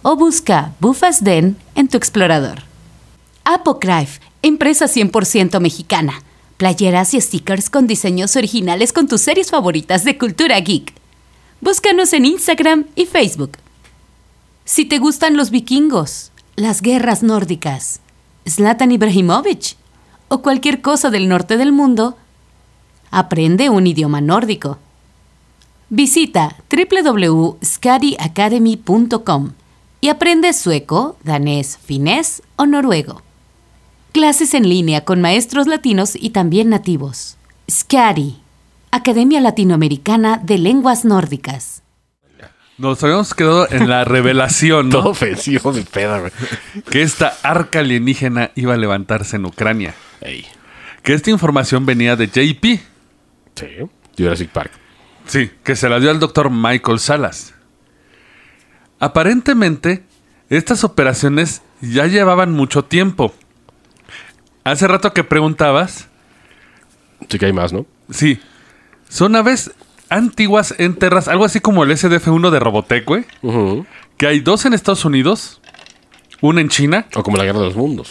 S1: o busca Bufas Den en tu explorador. Apocryph, empresa 100% mexicana. Playeras y stickers con diseños originales con tus series favoritas de cultura geek. Búscanos en Instagram y Facebook. Si te gustan los vikingos, las guerras nórdicas, Zlatan Ibrahimovic o cualquier cosa del norte del mundo, Aprende un idioma nórdico. Visita www.skadiacademy.com y aprende sueco, danés, finés o noruego. Clases en línea con maestros latinos y también nativos. SCADI, Academia Latinoamericana de Lenguas Nórdicas.
S2: Nos habíamos quedado en la revelación,
S3: Todo
S2: ¿no?
S3: ofensivo de peda, güey.
S2: que esta arca alienígena iba a levantarse en Ucrania.
S3: Ey.
S2: Que esta información venía de JP.
S3: Sí. Jurassic Park.
S2: Sí, que se la dio al doctor Michael Salas. Aparentemente, estas operaciones ya llevaban mucho tiempo. Hace rato que preguntabas,
S3: Sí que hay más, ¿no?
S2: sí, son aves antiguas enterras, algo así como el SDF-1 de Robotech, güey,
S3: Ujú.
S2: que hay dos en Estados Unidos, una en China,
S3: O como la Guerra de los Mundos.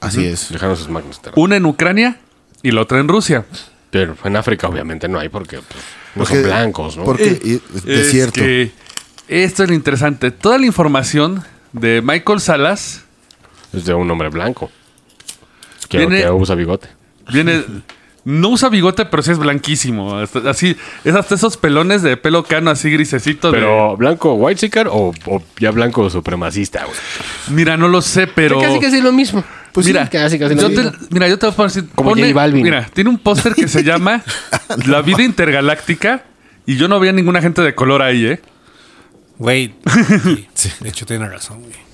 S4: Así es.
S3: Dejaron sus magnos terrestres.
S2: una en Ucrania y la otra en Rusia.
S3: Pero en África obviamente no hay porque pues, no
S4: Porque-
S3: son blancos, ¿no?
S4: Porque y-
S2: Eh, Es
S4: desierto.
S2: que Este, esto es lo interesante. Toda la información de Michael Salas
S3: Es de un hombre blanco. Quiero
S2: Viene-
S3: que usa bigote.
S2: Viene No usa bigote, pero sí es blanquísimo. Hasta- Así, es hasta esos pelones de pelo cano así grisecito. de-
S3: Pero blanco white sicker o, o ya blanco supremacista, güey.
S2: Mira, no lo sé, pero.
S3: Casi casi lo mismo.
S4: Pues sí,
S2: mira,
S3: casi, casi
S2: yo
S3: lo
S2: te,
S3: mismo.
S2: mira, yo te voy a decir.
S3: Como J Balvin.
S2: Mira, tiene un póster que se llama La vida intergaláctica. Y yo no veía ninguna gente de color ahí, ¿eh?
S5: Güey, sí, de hecho tiene razón, güey.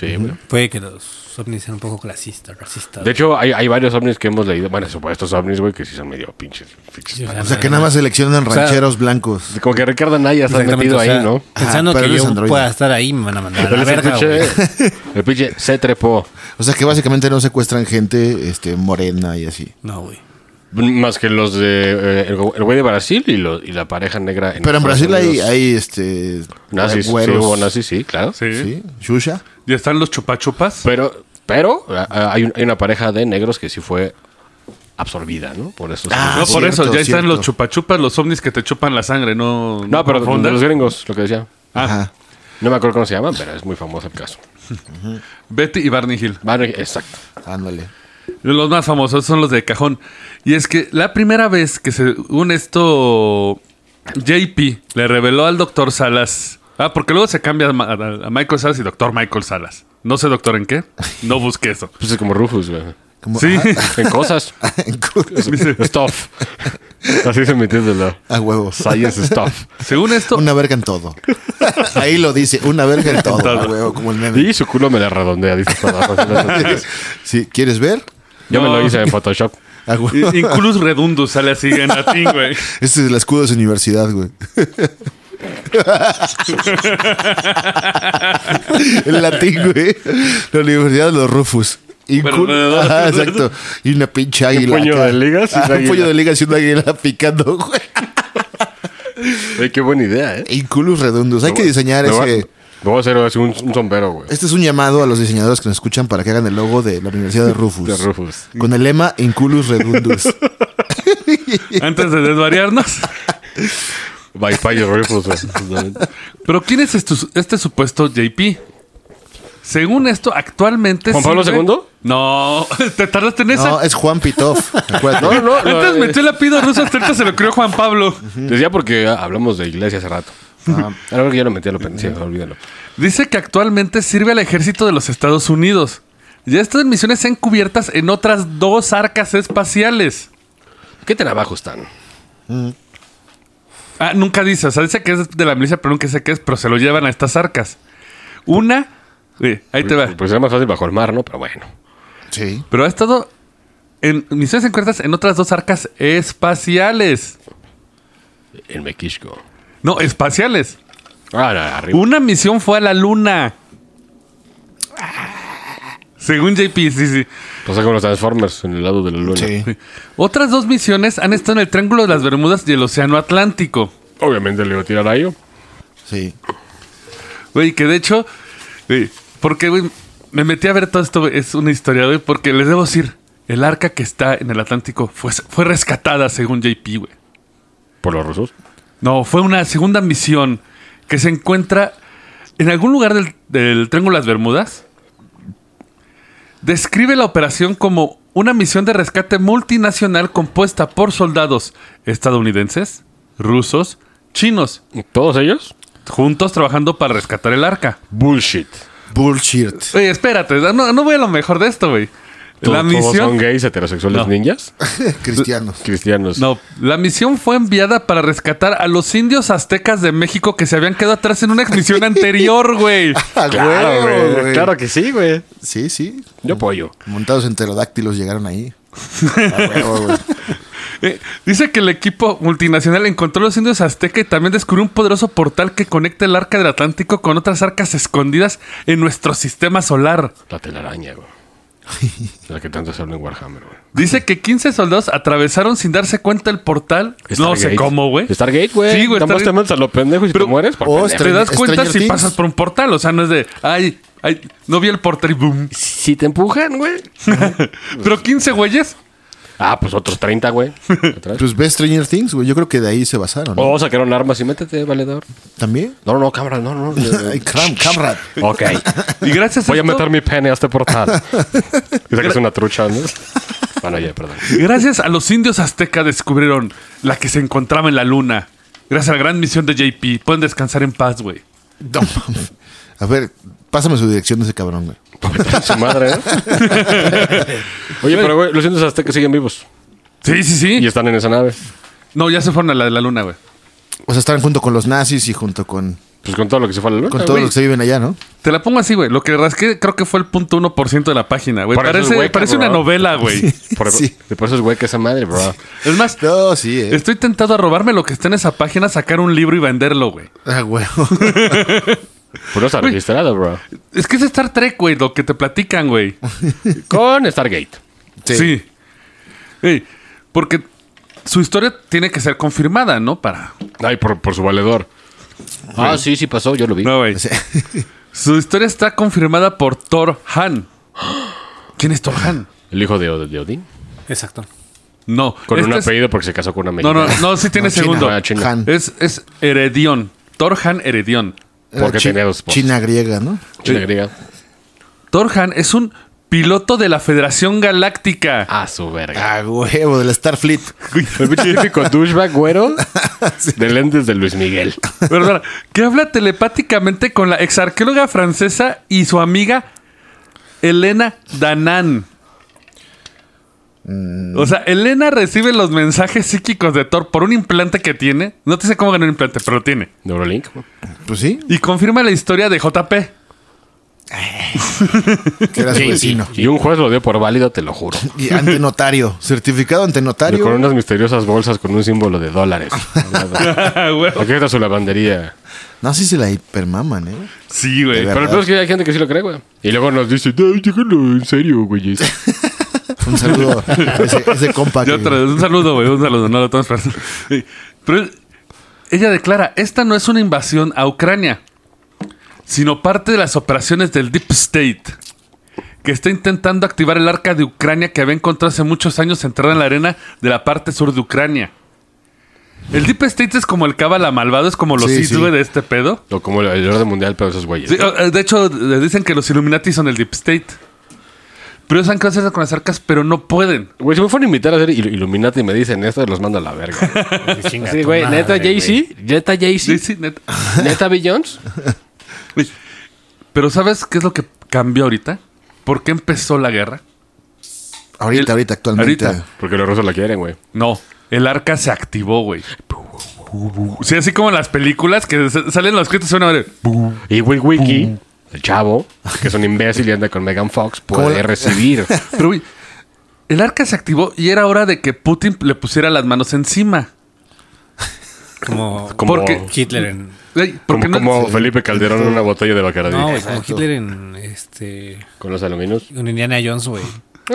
S3: Sí, güey.
S5: Puede que los ovnis sean un poco clasistas, racistas.
S3: De hecho, hay, hay varios ovnis que hemos leído. Bueno, supuestos ovnis, güey, que sí son medio pinches. pinches.
S5: Sí,
S4: O sea, que nada más seleccionan
S5: sea,
S4: rancheros blancos.
S3: Como que Ricardo Anaya está
S5: Exactamente,
S3: metido
S5: o sea,
S3: ahí, ¿no?
S5: Pensando
S4: Ah, pero
S5: que
S4: él es
S5: yo
S4: androide.
S5: pueda estar ahí, me van a mandar a
S3: Pero
S5: la
S3: ese
S5: verga,
S3: pinche-
S5: güey.
S3: el pinche se trepó.
S4: O sea que básicamente no secuestran gente este, morena y así.
S5: No, güey.
S3: Más que los de. eh, el el güey de Brasil y, lo- y la pareja negra.
S4: Pero en
S3: Estados
S4: Brasil hay,
S3: Unidos.
S4: hay este.
S3: Nazis. Sí,
S4: güeros.
S3: hubo nazis, sí, claro.
S2: Sí.
S4: Sí, Shusha.
S2: Y están los chupachupas.
S3: Pero, pero ah, ah, hay, un- hay una pareja de negros que sí fue absorbida, ¿no? Por eso.
S4: Ah,
S2: no, por
S4: cierto,
S2: eso, ya están
S4: cierto.
S2: los chupachupas, los ovnis que te chupan la sangre, no.
S3: no, pero de
S2: confundas.
S3: los gringos, lo que decía.
S2: Ah.
S4: Ajá.
S3: No me acuerdo cómo se llaman, pero es muy famoso el caso.
S2: Betty y Barney Hill.
S3: Bueno, exacto.
S4: Ándale.
S2: Los más famosos son los de cajón. Y es que la primera vez que según esto JP le reveló al doctor Salas. Ah, porque luego se cambia a Ma- a a Michael Salas y doctor Michael Salas. No sé doctor en qué. No busqué eso.
S3: Pues es como Rufus, güey.
S4: Como,
S2: Sí.
S3: En cosas.
S4: ah, en culo.
S3: stuff. Así se metió de la
S4: A huevo.
S3: science stuff.
S2: Según esto,
S4: Una verga en todo. Ahí lo dice, una verga en todo.
S2: todo.
S4: A huevo, como el meme.
S3: Y su culo me la redondea, dice.
S4: Sí, ¿quieres ver?
S3: Yo me
S2: No.
S3: lo hice en Photoshop.
S4: A huevo.
S2: i- Inculus Redundus sale así en latín, güey.
S4: Este es el escudo de su universidad, güey. el latín, güey. La universidad de los Rufus. Y
S2: Pero-
S4: cul- Ajá, exacto. Y una pinche águila.
S3: puño
S4: acá.
S3: de ligas y
S4: Ah,
S3: una
S4: un
S3: águila.
S4: puño de ligas y una águila picando, güey.
S3: Ey, qué buena idea, ¿eh?
S4: Inculus redondos. Hay que diseñar
S3: Me voy a-
S4: ese.
S3: Me voy a hacer así un, un sombrero, güey.
S4: Este es un llamado a los diseñadores que nos escuchan para que hagan el logo de la Universidad de Rufus.
S3: De Rufus.
S4: Con el lema Inculus Redundus.
S2: Antes de desvariarnos.
S3: By Payo Rufus, güey. pues,
S2: Pero ¿quién es estu- este supuesto JP? Según esto, actualmente.
S3: ¿Juan Pablo
S2: sirve-
S3: II?
S2: No, te tardaste en esa.
S4: No, es Juan Pitoff. Acuérdate.
S3: No, no, no.
S2: Antes
S3: eh,
S2: metió el apellido ruso, hasta ahorita se lo creó Juan Pablo.
S3: Decía porque hablamos de iglesia hace rato.
S4: Ah,
S3: Ahora que ya lo metí a lo pendiente, olvídalo.
S2: Dice que actualmente sirve al ejército de los Estados Unidos. Ya estas misiones se han cubiertas en otras dos arcas espaciales.
S3: ¿Qué tan abajo están?
S2: Ah, nunca dice, o sea, dice que es de la milicia, pero nunca dice qué es, pero se lo llevan a estas arcas. Una, sí, ahí te va,
S3: Pues era más fácil bajo el mar, ¿no? Pero bueno.
S4: Sí.
S2: pero ha estado en misiones encuentras en otras dos arcas espaciales.
S3: El Mequisco.
S2: No, espaciales.
S3: Ah, no, arriba.
S2: Una misión fue a la luna. Según JP, sí, sí.
S3: Pasa con los Transformers en el lado de la luna.
S4: Sí.
S2: Otras dos misiones han estado en el Triángulo de las Bermudas y el Océano Atlántico.
S3: Obviamente le iba a tirar a ello.
S4: Sí.
S2: Güey, que de hecho, güey, porque güey, me metí a ver todo esto, güey, es una historia, güey, porque les debo decir, el arca que está en el Atlántico fue, fue rescatada según JP, güey.
S3: Por los rusos.
S2: No, fue una segunda misión que se encuentra en algún lugar del, del Triángulo de las Bermudas. Describe la operación como una misión de rescate multinacional compuesta por soldados estadounidenses, rusos, chinos,
S3: ¿Todos ellos?
S2: juntos trabajando para rescatar el arca.
S3: Bullshit.
S4: Bullshit.
S2: Oye, espérate, no, no voy a lo mejor de esto, güey. La
S3: ¿Todos- todos son
S2: misión.
S3: gays, heterosexuales,
S2: No.
S3: ninjas,
S4: Eh, Cristianos.
S3: cristianos.
S2: No, la misión fue enviada para rescatar a los indios aztecas de México que se habían quedado atrás en una exmisión anterior, güey.
S4: A
S3: Claro,
S4: huevo,
S3: güey.
S4: Ah, güey.
S3: Claro que sí, güey.
S4: Sí, sí.
S3: Yo apoyo.
S4: Montados en pterodáctilos llegaron ahí. A huevo, güey.
S2: Eh, dice que el equipo multinacional encontró a los indios aztecas y también descubrió un poderoso portal que conecta el arca del Atlántico con otras arcas escondidas en nuestro sistema solar.
S3: La telaraña, güey. De la que tanto se habla en Warhammer, güey.
S2: Dice que 15 soldados atravesaron sin darse cuenta el portal. No sé
S3: Stargate.
S2: cómo, güey.
S3: Stargate, güey.
S2: Sí, güey,
S3: Nada más
S2: Stargate.
S3: te mandas a lo pendejo y si
S2: Pero-
S3: te mueres, por
S4: Oh,
S2: Te
S3: pendejo.
S4: Stranger-
S2: das cuenta
S4: Stranger
S2: si
S4: Things.
S2: pasas por un portal, o sea, no es de, ay, ay, no vi el portal y boom.
S3: Si te empujan, güey.
S2: Pero 15 güeyes.
S3: Ah, pues otros 30, güey. Atrás.
S4: Pues ve Stranger Things, güey. Yo creo que de ahí se basaron. ¿no?
S3: O sacaron armas y métete, valedor.
S4: También.
S3: Oh. No, no, cámara, no, no.
S4: Ay, cram, camrad.
S3: ok.
S2: Y gracias
S3: Voy a
S2: esto-
S3: meter mi pene a este portal. Y sacas una trucha, ¿no? Bueno, ya, perdón.
S2: Gracias a los indios aztecas descubrieron la que se encontraba en la luna. Gracias a la gran misión de JP. Pueden descansar en paz, güey.
S4: No, mames. a ver, pásame su dirección de ese cabrón, güey.
S3: Su madre, ¿eh? Oye, pero güey, los indios aztecas siguen vivos
S2: Sí, sí, sí.
S3: y están en esa nave.
S2: No, ya se fueron a la de la luna, güey.
S4: O sea, estaban junto con los nazis y junto con,
S3: Pues con todo lo que se fue a la luna.
S4: con todos
S2: güey.
S4: los que se viven allá, ¿no?
S2: Te la pongo así, güey. Lo que rasqué creo que fue el punto 1% de la página, güey.
S3: Por eso
S2: Parece,
S3: es hueca,
S2: parece una
S3: bro.
S2: novela, güey.
S3: Por,
S4: Sí.
S3: por eso es hueca esa madre, bro.
S2: Es más,
S4: No, sí, eh.
S2: estoy tentado a robarme lo que está en esa página, sacar un libro y venderlo, güey.
S4: Ah, güey.
S3: Por eso está registrada, bro.
S2: Es que es Star Trek, güey, lo que te platican, güey.
S3: Con Stargate.
S4: Sí.
S2: Sí. Ey, porque su historia tiene que ser confirmada, ¿no? Para.
S3: Ay, por, por su valedor. Ah, sí, sí pasó, yo lo vi.
S2: No, güey.
S4: Sí.
S2: Su historia está confirmada por Thor Han. ¿Quién es Thor Han?
S3: El hijo de, Od- de Odín.
S5: Exacto.
S2: No.
S3: Con
S2: este
S3: un
S2: es-
S3: apellido porque se casó con una
S2: No,
S3: mexicana.
S2: no, no, sí tiene
S4: No, China.
S2: segundo.
S3: Ah, China.
S4: Han.
S2: Es, es Heredión. Thor Han Heredión.
S4: Era
S3: Porque
S4: chi-
S3: tenía dos esposas.
S4: China griega, ¿no?
S3: China griega.
S2: Thor Han es un piloto de la Federación Galáctica.
S3: Ah, su verga.
S4: Ah, huevo, de la Starfleet.
S3: El pinche típico douchebag güero de lentes de Luis Miguel.
S2: ¿Verdad? Que habla telepáticamente con la exarqueóloga francesa y su amiga Elena Danan. O sea, Elena recibe los mensajes psíquicos de Thor por un implante que tiene. No te sé cómo ganó un implante, pero lo tiene.
S3: Neurolink.
S4: Pues sí,
S2: Y confirma la historia de JP.
S4: que era su vecino.
S3: Y un juez lo dio por válido, te lo juro.
S4: Y ante notario, certificado ante
S3: Y con
S4: notario.
S3: unas misteriosas bolsas con un símbolo de dólares.
S2: Ah, güey.
S3: Aquí está su lavandería.
S4: No sé si la hipermaman, ¿eh?
S2: Sí,
S4: De
S2: güey.
S4: verdad.
S3: Pero el peor es que hay gente que sí lo cree, güey. Y luego nos dice, ay, déjalo en serio, güey.
S4: Un saludo a ese, ese compa.
S2: Y
S4: que-
S2: otra vez, un saludo, güey, un saludo, no lo tomes personal. Sí. Pero ella declara, esta no es una invasión a Ucrania, sino parte de las operaciones del Deep State, que está intentando activar el arca de Ucrania que había encontrado hace muchos años enterrada en la arena de la parte sur de Ucrania. El Deep State es como el cábala malvado, es como los
S4: Sí,
S2: Sith,
S4: sí.
S2: güey, de este pedo.
S3: O como el- el orden mundial, pero esos güeyes.
S2: Sí, o- eh, de hecho, le dicen que los Illuminati son el Deep State. Pero ellos han querido hacerse con las arcas, pero no pueden.
S3: Güey, si me fueron a invitar a hacer Il- Illuminati y me dicen esto, los mando a la verga. Sí, güey, neta Jay-Z, neta
S2: Sí,
S3: Jay-Z,
S2: sí, neta.
S3: neta Bill Jones.
S2: Uy, Pero ¿sabes qué es lo que cambió ahorita? ¿Por qué empezó la guerra?
S4: Ahorita,
S2: el-
S4: ahorita, actualmente.
S2: ahorita.
S3: Porque los rusos la quieren, güey.
S2: No, el arca se activó, güey. Sí, así como en las películas que se- salen los créditos y una madre.
S3: Y Will Wiki, el chavo, que es un imbécil y anda con Megan Fox, puede
S4: ¿Cómo?
S3: recibir.
S2: Pero, güey, el arca se activó y era hora de que Putin le pusiera las manos encima.
S5: Como,
S3: Como,
S2: Porque-
S5: Hitler en.
S2: Güey,
S3: como,
S2: Porque no-
S3: como Felipe Calderón en una botella de Bacardí.
S5: No, güey, como
S4: Exacto.
S5: Hitler en este.
S3: Con los aluminos.
S5: En Indiana Jones, güey.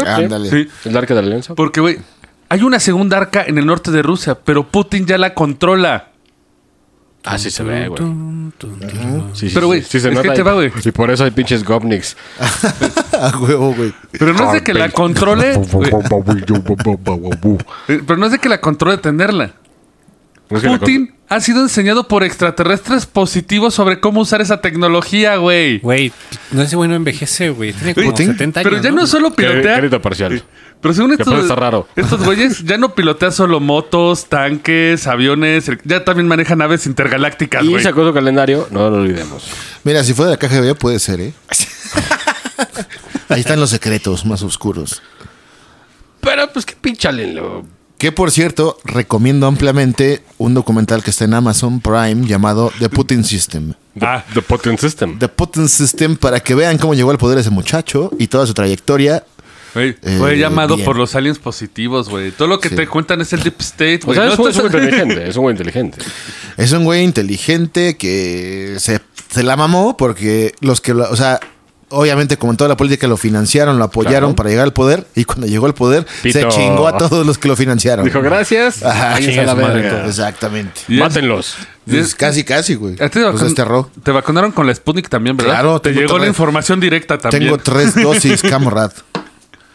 S4: Ándale.
S2: Sí,
S3: El arca de la alianza.
S2: porque, güey, hay una segunda arca en el norte de Rusia, pero Putin ya la controla.
S3: Así Ah, se ve, güey.
S5: Tun, tun, tun.
S3: Sí, sí,
S2: Pero,
S3: sí.
S2: güey,
S3: Sí se
S2: es
S3: nota
S2: que
S3: y-
S2: te va, güey.
S3: Y por eso hay pinches gobniks.
S4: A huevo, güey.
S2: Pero no es de que
S3: Ah,
S2: la controle. güey,
S3: No
S2: eh, pero no es de que la controle tenerla.
S3: es que la
S2: Putin ha sido enseñado por extraterrestres positivos sobre cómo usar esa tecnología, güey.
S5: Güey, no ese güey no envejece, güey. Tiene como
S4: Putin.
S5: 70 años.
S2: Pero ya no solo
S3: Cré-
S2: pilotea.
S3: Crédito parcial.
S2: Pero según
S3: Que puede
S2: estos,
S3: estar raro.
S2: estos güeyes ya no pilotea solo motos, tanques, aviones. el- Ya también maneja naves intergalácticas,
S3: Y
S2: güey.
S3: sacó su calendario, no lo olvidemos.
S4: Mira, si fuera de la KGB puede ser, ¿eh? Ahí están los secretos más oscuros.
S3: Pero pues que píchalenlo.
S4: Que por cierto, recomiendo ampliamente un documental que está en Amazon Prime llamado The Putin System.
S3: The,
S2: Ah.
S3: the Putin System.
S4: The Putin System para que vean cómo llegó al poder ese muchacho y toda su trayectoria.
S2: Güey,
S4: Eh,
S2: Fue llamado
S4: bien.
S2: por los aliens positivos, güey. Todo lo que
S4: Sí.
S2: te cuentan es el deep state,
S3: o
S2: güey.
S3: sea,
S2: No
S3: es un, es
S2: estás-
S3: un güey inteligente, es un güey inteligente.
S4: Es un güey inteligente que se, se la mamó porque los que, lo- o sea, obviamente como en toda la política lo financiaron, lo apoyaron
S3: Claro.
S4: para llegar al poder y cuando llegó al poder se
S3: Pito.
S4: chingó a todos los que lo financiaron.
S3: Dijo, gracias.
S4: Ajá,
S3: váyanse
S5: chinga
S3: a la
S5: su madre
S3: verga.
S5: todo.
S4: Exactamente.
S2: Y es-
S3: Mátenlos.
S4: Pues
S2: es-
S4: casi, casi, güey.
S3: este
S2: ¿A ti te,
S4: Los
S2: vacun-
S4: desterró.
S2: te vacunaron con la Sputnik también, ¿verdad?
S4: Pues este Claro,
S2: te
S4: tengo
S2: llegó la
S4: toda-
S2: información directa también.
S4: Tengo tres dosis, camarad.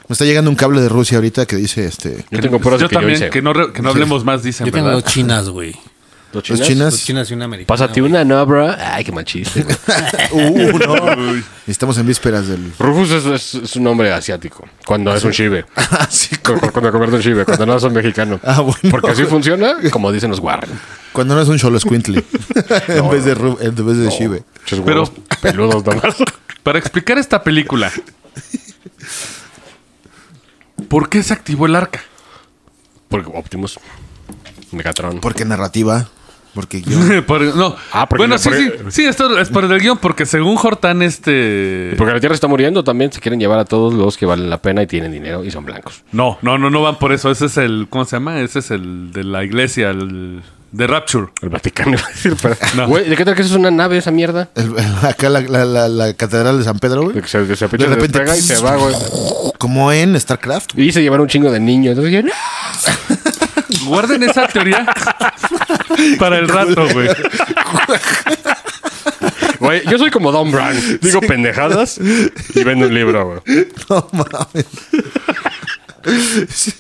S4: Me está llegando un cable de Rusia ahorita que dice este.
S3: Yo tengo pruebas de
S2: yo
S3: que yo
S2: también,
S3: hice.
S2: que no, re- que no hablemos más, dicen,
S5: Yo tengo
S2: ¿verdad?
S5: dos chinas, güey.
S3: Los chinos.
S4: Los
S5: Dos
S4: chinas.
S5: chinas y una americana.
S3: Pásate
S5: güey.
S3: una, no, bro. Ay, qué mal chiste. güey.
S4: Uh, no. Estamos en vísperas del.
S3: Rufus es, es- es un hombre asiático. Cuando es un shibe.
S4: Así
S3: Cu-
S4: como-
S3: cu- Cuando convierte un shibe. Cuando no es un mexicano.
S4: Ah, bueno.
S3: Porque así funciona, como dicen los Warren.
S4: Cuando no es un solo squintle. en vez de, Ru- en vez de Shive.
S3: Muchos
S2: Pero-
S3: huevos peludos nomás.
S2: Para explicar esta película, ¿por qué se activó el arca?
S3: Porque Optimus. Megatron.
S4: Porque narrativa. Porque yo.
S2: Por- no.
S3: Ah, porque-
S2: bueno, sí,
S3: porque-
S2: sí, sí, esto es por el guión, porque según Hortan, este...
S3: Porque la Tierra está muriendo también. Se quieren llevar a todos los que valen la pena y tienen dinero y son blancos.
S2: No, no, no, no van por eso. Ese es el, ¿cómo se llama? Ese es el de la iglesia, el de Rapture.
S3: El Vaticano iba a decir, pero.
S2: No.
S3: Güey, ¿de qué tal que eso es una nave esa mierda?
S4: El- el- acá la, la- la- la catedral de San Pedro,
S3: De
S4: güey.
S3: que se, se, se
S4: De repente,
S3: despega y se va, güey.
S4: Como en StarCraft.
S3: Y se llevaron un chingo de niños. Entonces dijeron, "Ah".
S2: Guarden esa teoría para el rato, güey.
S3: Güey, yo soy como Don Brown. Digo pendejadas y vendo un libro, güey.
S4: No mames. Sí.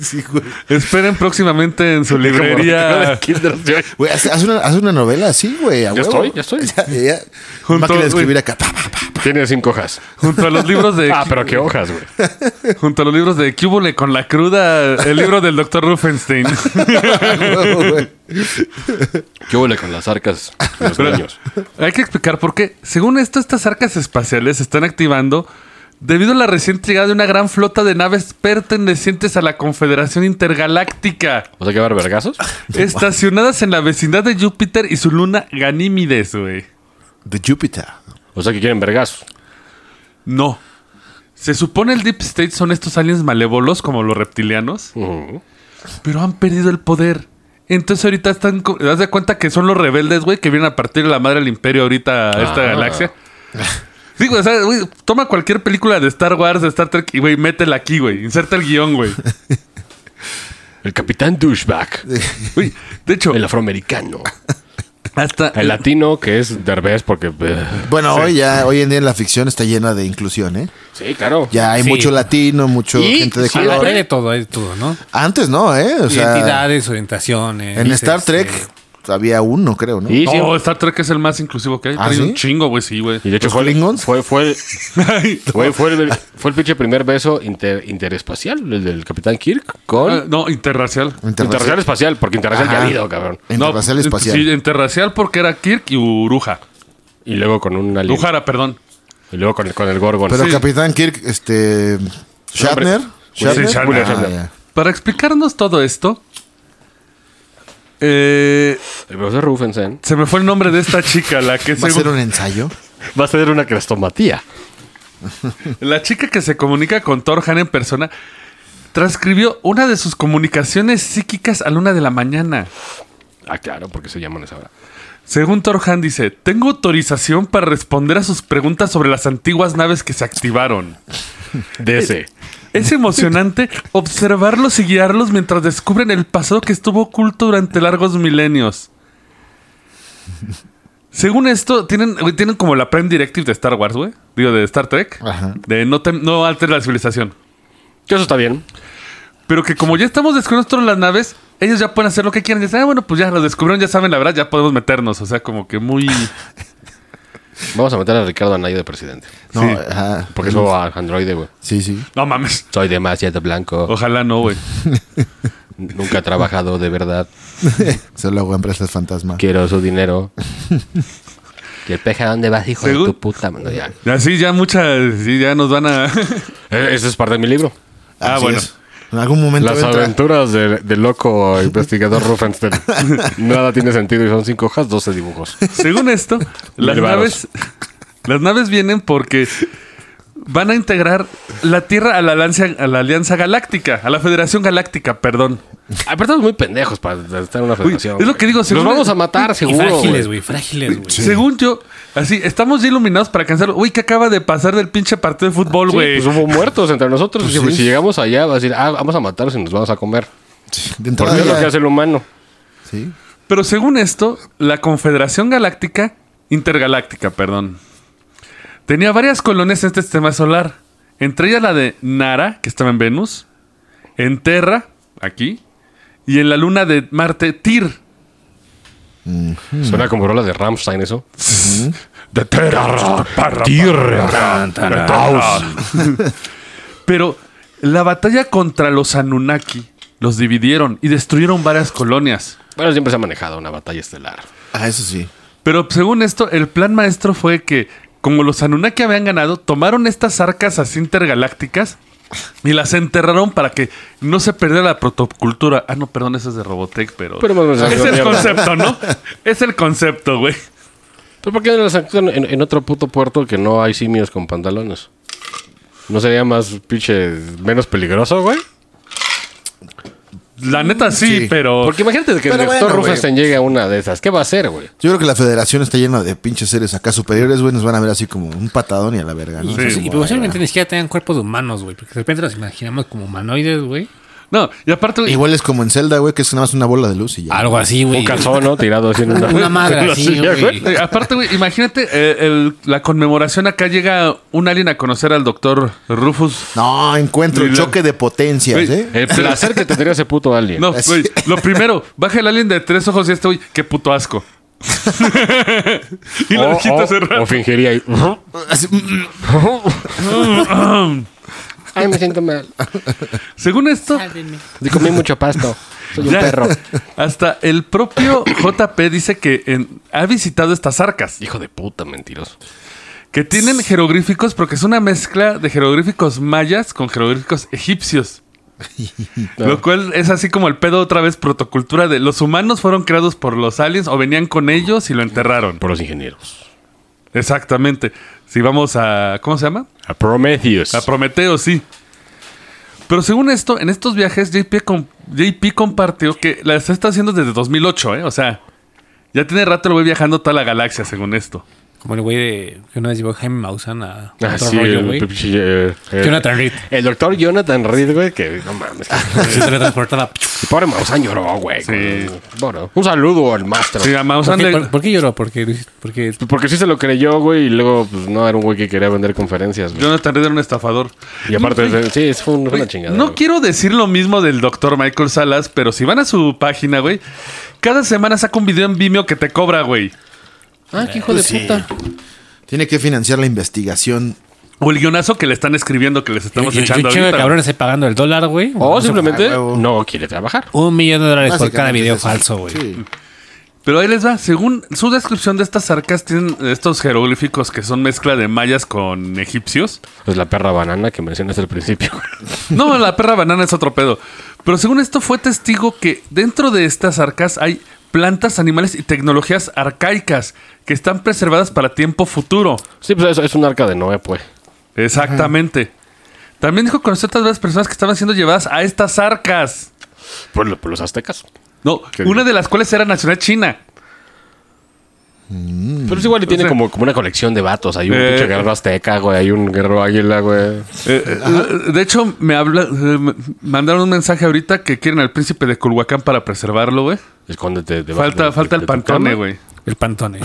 S4: Sí, güey.
S2: Esperen próximamente en su
S3: Como de
S2: librería.
S3: Kinder Joy.
S4: Güey, haz, haz una, haz una novela así, güey. a
S3: Ya
S4: huevo.
S3: estoy, ya estoy.
S4: Ya, ya.
S2: Junto,
S4: Máquina de
S2: güey.
S4: escribir acá. pa, pa, pa.
S3: Tiene cinco hojas.
S2: Junto a los libros de.
S3: Ah, pero qué hojas, güey.
S2: Junto a los libros de Cúbole con la cruda, el libro del Dr. Rufenstein.
S4: Huevo, güey.
S3: ¿Qué huele con las arcas de los niños?
S2: Hay que explicar por qué, según esto, estas arcas espaciales se están activando debido a la reciente llegada de una gran flota de naves pertenecientes a la Confederación Intergaláctica,
S3: ¿Vas a quedar vergazos?
S2: estacionadas en la vecindad de Júpiter y su luna Ganímides, güey.
S4: De Júpiter.
S3: O sea que quieren vergazos.
S2: No. Se supone el Deep State son estos aliens malévolos como los reptilianos.
S3: Ujú.
S2: Pero han perdido el poder. Entonces ahorita están... co- ¿Te das de cuenta que son los rebeldes, güey? Que vienen a partir de la madre del imperio ahorita a esta
S3: Ah.
S2: galaxia. Digo, o sea, güey, toma cualquier película de Star Wars, de Star Trek y, güey, métela aquí, güey. Inserta el guión, güey.
S3: El capitán douchebag.
S2: Güey, De hecho,
S3: El afroamericano.
S2: hasta...
S3: El latino, que es derbez porque... eh,
S4: Bueno, hoy ya, hoy en día la ficción está llena de inclusión, ¿eh?
S3: Sí, claro.
S4: Ya hay
S5: Sí.
S4: mucho latino, mucho
S3: Y
S4: gente de
S3: sí,
S5: Ah,
S4: color.
S5: hay de todo, hay de todo, ¿no?
S4: Antes no, ¿eh? O sea,
S5: Identidades, orientaciones.
S4: en Star
S5: este,
S4: Trek había uno, creo, ¿no?
S3: Y, sí,
S2: No, Star Trek es el más inclusivo que hay.
S4: ¿Ah,
S2: Trae un
S4: sí?
S2: chingo, güey, sí, güey.
S3: y de hecho
S4: ¿Los
S3: fue el,
S4: Klingons?
S3: fue, fue el, fue, fue el, fue el pinche primer beso inter- interespacial, el del Capitán Kirk, con
S2: Ah, no, interracial.
S3: interracial espacial, porque interracial ya ha
S4: Ajá.
S3: habido, cabrón.
S4: Interracial
S2: no,
S4: espacial.
S2: Sí, interracial porque era Kirk y Uruja.
S3: Y luego con un alien.
S2: Lujara, perdón.
S3: Y luego con el, con el Gorgon.
S4: Pero
S2: Sí.
S4: Capitán Kirk, este. Shatner. Shatner.
S2: Sí, Shatner.
S4: Ah,
S3: Shatner.
S4: ya.
S2: Para explicarnos todo esto, eh,
S3: el profesor Rufensen
S2: se me fue el nombre de esta chica, la que
S4: ¿Va a ser
S2: según-
S4: un ensayo?
S3: va a ser una crestomatía.
S2: la chica que se comunica con Torhan en persona transcribió una de sus comunicaciones psíquicas a la una de la mañana.
S3: Ah, claro, porque se llaman esa hora.
S2: Según Torhan dice, tengo autorización para responder a sus preguntas sobre las antiguas naves que se activaron.
S3: DC.
S2: Es emocionante observarlos y guiarlos mientras descubren el pasado que estuvo oculto durante largos milenios. Según esto, tienen, güey, tienen como la Prime Directive de Star Wars, güey. Digo, de Star Trek.
S4: Ajá.
S2: De no, tem- no alteres la civilización.
S3: Que eso está bien.
S2: Pero que como ya estamos descubriendo todas las naves, ellos ya pueden hacer lo que quieran. Y dicen, ah, bueno, pues ya lo descubrieron, ya saben la verdad, ya podemos meternos. O sea, como que muy...
S3: Vamos a meter a Ricardo Anaya de presidente.
S4: No,
S2: Sí.
S4: ajá.
S3: Porque es nuevo androide, güey.
S4: Sí, sí.
S2: No mames.
S3: Soy demasiado blanco.
S2: Ojalá no, güey.
S3: Nunca he trabajado de verdad.
S4: Se lo hago a empresas fantasma.
S3: Quiero su dinero. ¿Y el peje a dónde vas, hijo
S2: Según-
S3: de tu puta? mano? ya.
S2: Así ya muchas... Sí, ya nos van a...
S3: Eh, Eso es parte de mi libro.
S2: Ah,
S4: Así
S2: bueno.
S4: es. En algún momento.
S3: Las
S4: entra-
S3: aventuras del del loco investigador Rufenstein. Nada tiene sentido y son cinco hojas, 12 dibujos.
S2: Según esto, las
S3: Mil
S2: naves,
S3: varos.
S2: las naves vienen porque van a integrar la Tierra a la, alianza, a la Alianza Galáctica, a la Federación Galáctica, perdón.
S3: Ah, pero estamos muy pendejos para estar en una federación.
S2: es lo
S3: güey.
S2: que digo, según-
S3: Los vamos a matar,
S5: Y
S3: seguro. güey.
S5: frágiles, güey, frágiles, güey.
S2: Según yo, así, estamos ya iluminados para alcanzarlo. Uy, ¿qué acaba de pasar del pinche partido de fútbol,
S3: Sí,
S2: güey?
S3: pues hubo muertos entre nosotros.
S4: Pues
S3: si,
S4: sí.
S3: si llegamos allá, va a decir, ah, vamos a matarlos y nos vamos a comer.
S4: De
S3: Porque
S4: entrada
S3: es lo
S4: ya-
S3: que hace el humano.
S4: Sí.
S2: Pero según esto, la Confederación Galáctica, Intergaláctica, perdón, tenía varias colonias en este sistema solar. Entre ellas la de Nara, que estaba en Venus, en Terra, aquí, y en la luna de Marte, Tir,
S3: Suena como rola de Rammstein eso.
S2: De tierra para tierra. de caos. Pero la batalla contra los Anunnaki los dividieron y destruyeron varias colonias.
S3: Bueno, siempre se ha manejado una batalla estelar.
S4: Ah, eso sí.
S2: Pero según esto, el plan maestro fue que, como los Anunnaki habían ganado, tomaron estas arcas así intergalácticas y las enterraron para que no se perdiera la protocultura. Ah, no, perdón, eso es de Robotech, pero.
S3: Pero más o menos
S2: es
S3: salió
S2: el
S3: mierda.
S2: concepto, ¿no? Es el concepto, güey.
S3: ¿Pero por qué no las actúan en, en otro puto puerto que no hay simios con pantalones? ¿No sería más pinche menos peligroso, güey?
S2: La neta sí,
S4: Sí.
S2: pero.
S3: Porque imagínate que
S4: Pero
S3: el doctor
S4: bueno, güey.
S3: Ruffenstein llegue a una de esas. ¿Qué va a hacer, güey?
S4: Yo creo que la federación está llena de pinches seres acá superiores, güey. Nos van a ver así como un patadón y a la verga, ¿no?
S5: Y,
S4: Así
S5: pues,
S4: como,
S5: y posiblemente
S4: "Ay,
S5: ni siquiera tengan cuerpos de humanos, güey. Porque de repente nos imaginamos como humanoides, güey.
S2: No, y aparte.
S4: va". Igual es como en Zelda, güey, que es nada más una bola de luz y ya.
S5: Algo así, güey.
S3: Un calzón, ¿no? Tirado así en una...
S5: Una madre
S3: en una
S5: así,
S3: silla,
S5: güey.
S2: Eh, aparte, güey, imagínate eh, el- la conmemoración. Acá llega un alien a conocer al doctor Rufus.
S4: No, encuentro
S2: Ni
S4: el
S2: la-
S4: choque de potencias,
S2: Güey,
S4: ¿eh?
S3: El placer que tendría ese puto alien.
S2: No,
S4: Así.
S2: güey, lo primero, baja el alien de tres ojos y este, güey, qué puto asco. y la
S3: o,
S2: ojita
S3: o-
S2: cerrada.
S3: o fingiría ahí.
S4: Así, mm,
S3: Ay, me siento mal.
S2: Según esto,
S3: Comí mucho pasto. Soy
S2: ya-
S3: un perro.
S2: hasta el propio JP dice que en- ha visitado estas arcas,
S3: Hijo de puta, mentiroso.
S2: que tienen jeroglíficos, porque es una mezcla de jeroglíficos mayas con jeroglíficos egipcios. Lo cual es así como el pedo otra vez protocultura de los humanos fueron creados por los aliens o venían con ellos y lo enterraron.
S3: Por los ingenieros.
S2: Exactamente. Si vamos a... ¿Cómo se llama?
S3: A Prometheus.
S2: A Prometeo, sí. Pero según esto, en estos viajes JP, com- JP compartió que la está está haciendo desde 2008, ¿eh? O sea, ya tiene rato lo voy viajando toda la galaxia, según esto.
S5: Como el güey de, que una vez llevó Jaime Maussan a otro
S3: Ah, sí,
S5: rollo,
S3: el
S5: güey.
S3: pinche, eh, eh,
S5: Jonathan Reed.
S3: El doctor Jonathan Reed, güey, que no mames. que-
S5: Se teletransportada.
S3: el pobre Maussan lloró, güey.
S2: Sí.
S3: con- Bueno, un saludo al maestro.
S2: Sí, a
S5: ¿Por
S2: Maussan
S5: qué,
S2: le-
S5: por- por qué lloró? Porque, porque
S3: Porque sí se lo creyó, güey, y luego, pues no, era un güey que quería vender conferencias, güey.
S2: Jonathan Reed era un estafador.
S3: Y aparte,
S2: Güey,
S3: sí, es- fue, un- fue
S2: güey,
S3: una chingada.
S2: No
S3: güey.
S2: quiero decir lo mismo del doctor Michael Salas, pero si van a su página, güey, cada semana saca un video en Vimeo que te cobra, güey.
S3: Ah, qué hijo de puta.
S4: Tiene que financiar la investigación.
S2: O el guionazo que le están escribiendo, que les estamos
S5: y- y- y
S2: echando
S5: un chingo de
S2: ahorita.
S5: cabrones ahí pagando el dólar, güey.
S3: O simplemente
S4: Ah, huevo.
S3: no quiere trabajar.
S5: Un millón de dólares por
S4: Básicamente
S5: cada video
S4: es eso.
S5: falso, güey.
S4: Sí.
S2: Pero ahí les va. Según su descripción de estas arcas, tienen estos jeroglíficos que son mezcla de mayas con egipcios.
S3: Pues la perra banana que mencionaste al principio. güey.
S2: No, la perra banana es otro pedo. Pero según esto, fue testigo que dentro de estas arcas hay plantas, animales y tecnologías arcaicas que están preservadas para tiempo futuro.
S3: Sí, pues es, es un arca de Noé, pues.
S2: Exactamente. También dijo conocer otras varias personas que estaban siendo llevadas a estas arcas.
S3: Por, lo- por los aztecas.
S2: No,
S3: Qué
S2: una
S3: bien.
S2: de las cuales era nacional china.
S3: Pero es igual y tiene
S2: sea-
S3: como, como una colección de vatos. Hay un
S2: Eh.
S3: pinche guerrero azteca, güey. Hay un guerrero águila, güey.
S2: Eh, eh, de hecho, me habla, eh, me mandaron un mensaje ahorita que quieren al príncipe de Culhuacán para preservarlo, güey.
S3: Escóndete debajo
S2: Falta,
S3: de-
S2: falta
S3: de-
S2: el
S3: de tu
S2: pantone,
S3: cama.
S2: güey.
S5: El pantone.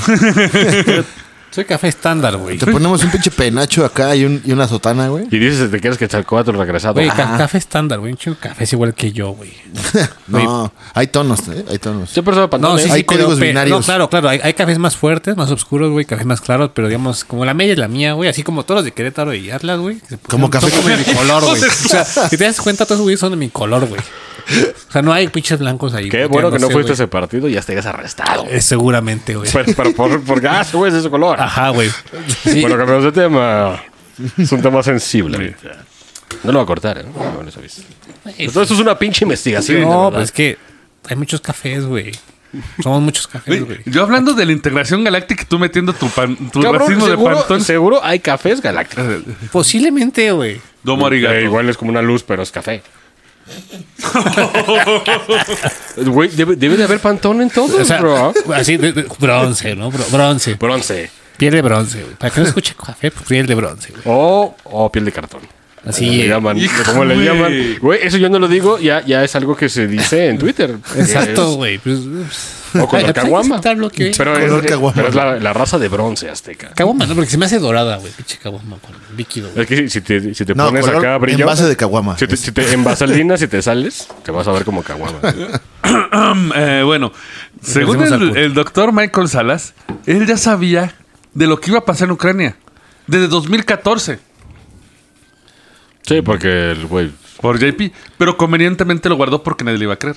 S5: Soy café estándar, güey.
S4: Te ponemos un pinche penacho acá y, un- y una sotana, güey.
S3: Y dices te quieres que Chalcoatl regresado.
S5: Güey, ca- café estándar, güey. Un chingo de café es igual que yo, güey.
S4: No, hay tonos, ¿eh? Hay tonos.
S3: Siempre usaba
S5: No,
S3: pantones.
S5: sí, sí,
S4: Hay
S5: pero-
S4: códigos
S5: pero-
S4: binarios.
S5: No, claro, claro. Hay, hay cafés más fuertes, más oscuros, güey. Cafés más claros, pero digamos, como la media es la mía, güey. Así como todos los de Querétaro y Atlas, güey. que se
S4: Como
S5: pusieron-
S4: café
S5: son
S4: con-
S5: de mi color, güey. O sea, si te das cuenta, todos esos güeyes son de mi color, güey. O sea, no hay pinches blancos ahí.
S3: Qué
S5: güey,
S3: bueno que no
S5: sé,
S3: fuiste a
S5: güey.
S3: ese partido y ya estarías arrestado.
S5: Eh, seguramente, güey.
S3: Pero, pero por, por gas, güey, es ese color.
S5: Ajá, güey. Ah, Sí.
S3: Bueno, cambiamos de tema. Es un tema sensible. ahorita. No lo va a cortar, ¿eh? Ah, bueno, eso es. Entonces, esto es una pinche investigación. de
S5: no,
S3: verdad.
S5: pues es que hay muchos cafés, güey. Somos muchos cafés, güey.
S2: Güey, Yo hablando de la integración galáctica y tú metiendo tu, pan- tu
S3: Cabrón,
S2: racismo de
S3: seguro,
S2: pantón.
S3: seguro hay cafés galácticos.
S5: Posiblemente, güey.
S2: Domo arigato.
S3: Eh, igual es como una luz, pero es café. Güey, debe, debe de haber pantón en todo,
S5: O sea,
S3: bro.
S5: así, de- de- bronce, ¿no? Bro- bronce.
S3: Bronce.
S5: Piel de bronce, güey. Para que no escuche café, pues, piel de bronce, güey.
S3: O, o piel de cartón. Como
S5: Así
S3: le
S5: eh,
S3: llaman,
S2: Hijo,
S3: como le
S2: güey.
S3: llaman. Güey, eso yo no lo digo, ya, ya es algo que se dice en Twitter.
S5: Exacto,
S3: Es-
S5: güey. Pues,
S3: O con
S5: Ay,
S3: la
S5: pues hay que
S3: caguama.
S5: aceptar lo que hay.
S3: Pero,
S4: Color
S3: es,
S4: caguama.
S3: pero es la, la raza de bronce azteca.
S5: Caguama, ¿no? Porque se me hace dorada, güey. Pinche caguama con líquido, güey.
S3: Es que si te, si te
S4: No,
S3: pones
S4: color
S3: acá brillo.
S4: envase de caguama.
S3: Si te, si te- en vaselina, si te sales, te vas a ver como caguama.
S2: Eh, bueno, según
S5: Regresemos al
S2: el,
S5: punto.
S2: el doctor Michael Salas, él ya sabía de lo que iba a pasar en Ucrania desde 2014
S3: Sí, porque el güey.
S2: por JP, pero convenientemente lo guardó porque nadie le iba a creer.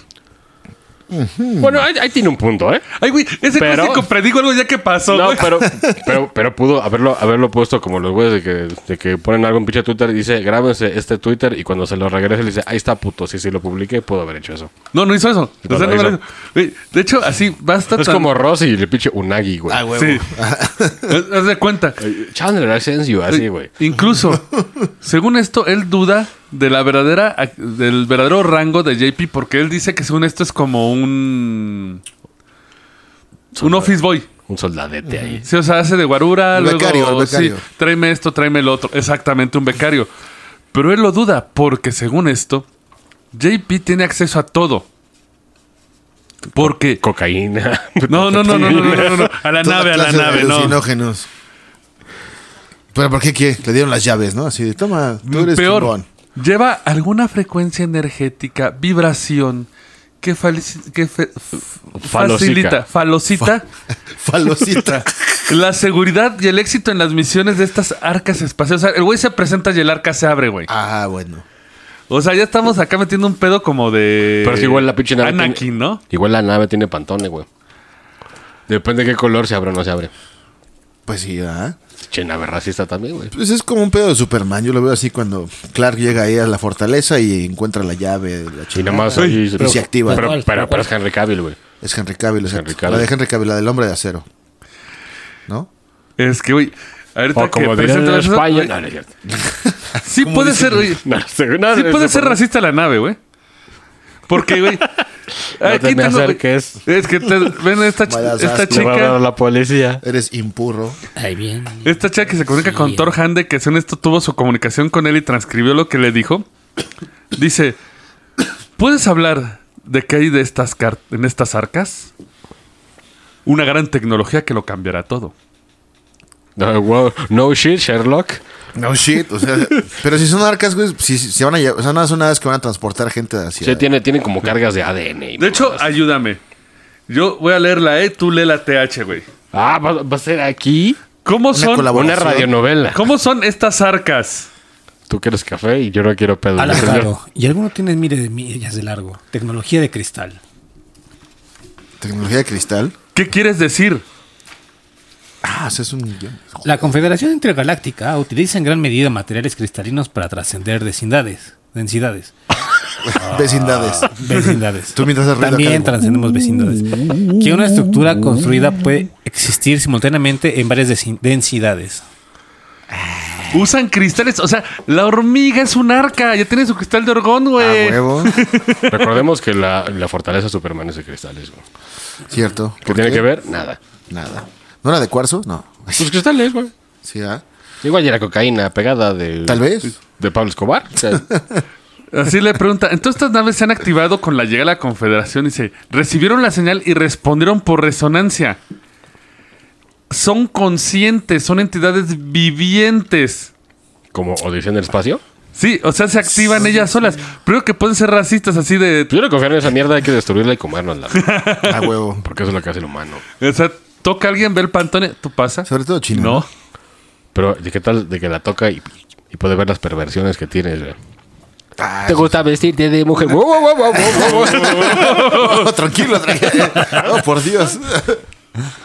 S3: Bueno, ahí, ahí tiene un punto, ¿eh?
S2: Ay, güey, ese
S3: Pero-
S2: clásico predigo algo ya que pasó,
S3: No,
S2: güey.
S3: pero, pero, pero pudo haberlo, haberlo puesto como los güeyes de que, de que ponen algo en pinche Twitter y dice, grábense este Twitter y cuando se lo regrese le dice, ahí está puto, sí, sí lo publiqué, pudo haber hecho eso.
S2: No, no hizo eso.
S3: No,
S2: O sea,
S3: no
S2: no me lo
S3: hizo.
S2: hizo. Güey, De hecho, así basta.
S3: Es
S2: tan-
S3: como Rossi y el pinche Unagi, güey. Eh,
S4: Ah, huevo.
S2: Sí. Haz de cuenta.
S3: Chandler, I sense you, así, güey.
S2: Incluso, según esto, él duda de la verdadera, ac- del verdadero rango de JP, porque él dice que según esto es como un. Un office boy.
S3: Un soldadete ahí.
S2: Sí, o sea, hace de guarura,
S4: Un
S2: luego.
S4: becario, un
S2: sí,
S4: becario.
S2: tráeme esto, tráeme el otro. Exactamente, un becario. Pero él lo duda, porque según esto, JP tiene acceso a todo. Porque.
S3: Cocaína.
S2: No, no, no, no, no, no, no, no. A la
S4: Toda
S2: nave, a la
S4: clase de
S2: nave, no.
S4: alucinógenos. Pero ¿por qué qué? Le dieron las llaves, ¿no? Así de, toma, tú eres
S2: Peor,
S4: chingón.
S2: lleva alguna frecuencia energética, vibración, que, falici- que fe- f- facilita, falocita
S3: Falocica.
S4: Falocita.
S2: la seguridad y el éxito en las misiones de estas arcas espaciales. O sea, el güey se presenta y el arca se abre, güey.
S4: ah, bueno.
S2: O sea, ya estamos acá metiendo un pedo como de...
S3: Pero es igual la pinche nave. tiene-
S2: Anakin, ¿no?
S3: Igual la nave tiene pantone, güey. Depende de qué color se abre o no se abre.
S4: Pues sí, ¿ah?
S3: Che, nave racista también, güey.
S4: Pues es como un pedo de Superman. Yo lo veo así cuando Clark llega ahí a la fortaleza y encuentra la llave de la
S3: Y
S4: chingada.
S3: nada más ahí-
S4: pero- Ah, se activa.
S3: Pero,
S5: ¿Cuál?
S3: pero, pero es Henry Cavill, güey.
S4: Es Henry Cavill, exacto.
S3: Henry Cavill.
S4: La de Henry Cavill, la del hombre de acero. ¿No?
S2: Es que, güey... Ahorita
S3: O como
S2: que
S3: dicen en
S2: presentan eso,
S3: España.
S2: güey,
S3: No, no, es cierto.
S2: Sí puede ser, güey.
S3: No, no sé, no,
S2: Sí
S3: no,
S2: puede
S3: no,
S2: ser
S3: no.
S2: racista la nave, güey. Porque, güey... aquí
S3: te me
S2: tengo-
S3: acerques.
S2: Es que te- ven esta, ch-
S4: Me das
S2: esta
S4: asco.
S3: Le va a
S2: chica...
S3: hablar la policía.
S4: Eres impuro.
S5: Ahí bien.
S2: Esta chica que se comunica
S5: Sí.
S2: con Thor Hande, que según esto tuvo su comunicación con él y transcribió lo que le dijo, dice, ¿puedes hablar de qué hay de estas car- en estas arcas? Una gran tecnología que lo cambiará todo.
S3: No, wow. no shit, Sherlock.
S4: No shit. O sea, pero si son arcas, güey, si, si- si van a llevar, o sea, no son naves que van a transportar gente hacia.
S3: Sí, tiene, tiene como cargas de ADN. y
S2: De hecho,
S3: mamadas.
S2: ayúdame. Yo voy a leer la E, tú lee la TH, güey.
S3: ah, va, va a ser aquí
S2: ¿Cómo son,
S4: colabo-
S3: una
S4: Colaboración.
S3: radionovela.
S2: ¿Cómo son estas arcas?
S3: Tú quieres café y yo no quiero pedo.
S5: Alan
S3: Yo-
S5: Faro. Y alguno tiene, mire, de millas de largo. Tecnología de cristal.
S4: Tecnología de cristal.
S2: ¿Qué quieres decir?
S4: Ah, o sea, es un guión.
S5: La Confederación Intergaláctica utiliza en gran medida materiales cristalinos para trascender vecindades. Densidades.
S3: Ah.
S4: Vecindades.
S5: Vecindades.
S4: Tú mientras haces ruido acá
S5: También
S4: de-
S5: trascendemos vecindades. Que una estructura construida puede existir simultáneamente en varias desi- densidades.
S2: Usan cristales, o sea, la hormiga es un arca, ya tiene su cristal de orgón,
S4: A
S2: güey.
S4: Ah, huevo.
S3: Recordemos que la, la fortaleza Superman es de cristales. güey.
S4: Cierto.
S3: ¿Qué
S4: ¿Por
S3: tiene
S4: qué?
S3: que ver? Pues Nada.
S4: Nada. ¿No era de cuarzo? No.
S3: Sus cristales, güey.
S4: Sí, ¿ah?
S3: Igual ya era cocaína pegada de.
S4: Tal vez.
S3: De Pablo Escobar. O sea,
S2: Así le pregunta, entonces estas naves se han activado con la llegada de la Confederación. Dice, recibieron la señal y respondieron por resonancia. Son conscientes, son entidades vivientes.
S3: como Odisea en el espacio.
S2: Sí, o sea, se activan ellas solas. Creo que pueden ser racistas así de...
S3: Yo no confío en esa mierda, hay que destruirla y comérnosla. güey.
S4: A Ah, huevo.
S3: Porque eso es lo que hace el humano.
S2: O sea, toca a alguien, ve el pantone, tú pasa.
S4: Sobre todo chino.
S2: No.
S3: Pero, ¿de qué tal de que la toca y, y puede ver las perversiones que tiene? güey?
S4: Ah,
S3: ¿Te gusta vestirte de mujer? Wow, wow, wow, wow, wow, wow.
S4: no, tranquilo, tranquilo. Oh, por Dios.